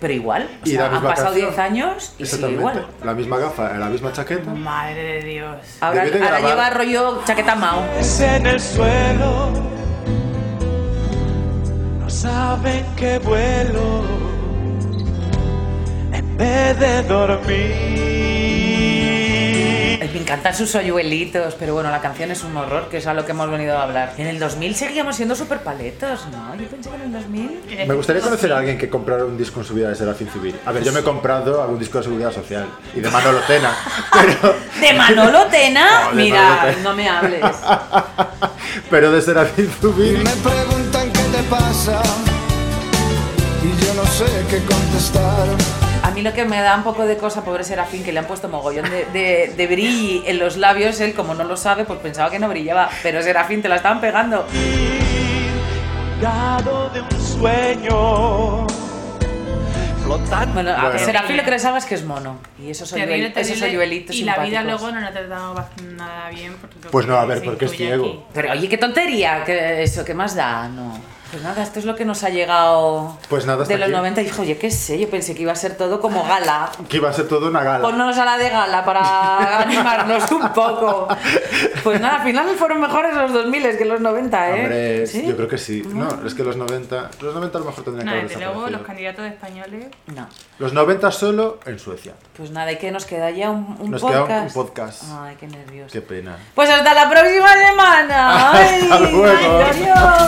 Speaker 2: Pero igual. O
Speaker 4: Y
Speaker 2: sea,
Speaker 4: la
Speaker 2: han
Speaker 4: misma
Speaker 2: pasado
Speaker 4: canción.
Speaker 2: 10 años y sigue
Speaker 4: Exactamente.
Speaker 2: igual.
Speaker 4: La misma gafa, la misma chaqueta.
Speaker 3: Madre de Dios.
Speaker 2: Ahora,
Speaker 4: Debe de
Speaker 2: ahora
Speaker 4: grabar.
Speaker 2: lleva rollo chaqueta Mao.
Speaker 15: Es en el suelo. No saben que vuelo. En vez de dormir.
Speaker 2: Es Me encantan sus hoyuelitos, pero bueno, la canción es un horror, que es a lo que hemos venido a hablar. En el 2000 seguíamos siendo súper paletos, ¿no? Yo pensé que en el 2000...
Speaker 4: Me gustaría conocer a alguien que comprara un disco en su vida de Serafín Civil. A ver, yo me he comprado algún disco de Seguridad Social y de Manolo Tena.
Speaker 2: ¿De Manolo Tena?
Speaker 4: No, de
Speaker 2: Mira,
Speaker 4: Manolo Tena.
Speaker 2: no me hables.
Speaker 4: Pero de Serafín Zubiri.
Speaker 16: Me preguntan qué te pasa y yo no sé qué contestar.
Speaker 2: A mí lo que me da un poco de cosa, pobre Serafín, que le han puesto mogollón de, de, de brilli en los labios, él como no lo sabe, pues pensaba que no brillaba, pero Serafín te la estaban pegando.
Speaker 6: de un sueño.
Speaker 4: Ah,
Speaker 2: Bueno, a
Speaker 6: Bueno.
Speaker 2: Serafín lo que le salva es que es mono. Y esos,
Speaker 3: Terrible,
Speaker 2: hoyuel- esos
Speaker 3: terrible.
Speaker 2: hoyuelitos
Speaker 3: Y la vida
Speaker 2: simpáticos.
Speaker 3: luego no la tratamos bas- nada bien. porque creo
Speaker 4: Pues no,
Speaker 3: que
Speaker 4: a ver,
Speaker 3: se
Speaker 4: porque es
Speaker 3: incluye aquí.
Speaker 4: ciego.
Speaker 2: Pero oye, qué tontería, que eso, ¿qué más da? No. Pues nada, esto es lo que nos ha llegado
Speaker 4: Pues nada, hasta
Speaker 2: de los
Speaker 4: aquí.
Speaker 2: 90. Dijo, oye, qué sé, yo pensé que iba a ser todo como gala.
Speaker 4: Que iba a ser toda una gala.
Speaker 2: Ponnos a la de gala para animarnos un poco. Pues nada, al final fueron mejores los 2000 que los 90, ¿eh?
Speaker 4: Hombre,
Speaker 2: ¿Sí?
Speaker 4: yo creo que sí. No, es que los 90. Los 90 a lo mejor tendrían
Speaker 3: No,
Speaker 4: que haber
Speaker 3: desde luego los
Speaker 4: desaparecido.
Speaker 3: candidatos españoles.
Speaker 2: No.
Speaker 4: Los 90 solo en Suecia.
Speaker 2: Pues nada, y que nos queda ya un, un
Speaker 4: Nos queda
Speaker 2: podcast.
Speaker 4: un- un podcast.
Speaker 2: Ay, qué nervios.
Speaker 4: Qué pena.
Speaker 2: Pues hasta la próxima semana. Ay,
Speaker 4: Hasta luego.
Speaker 2: adiós.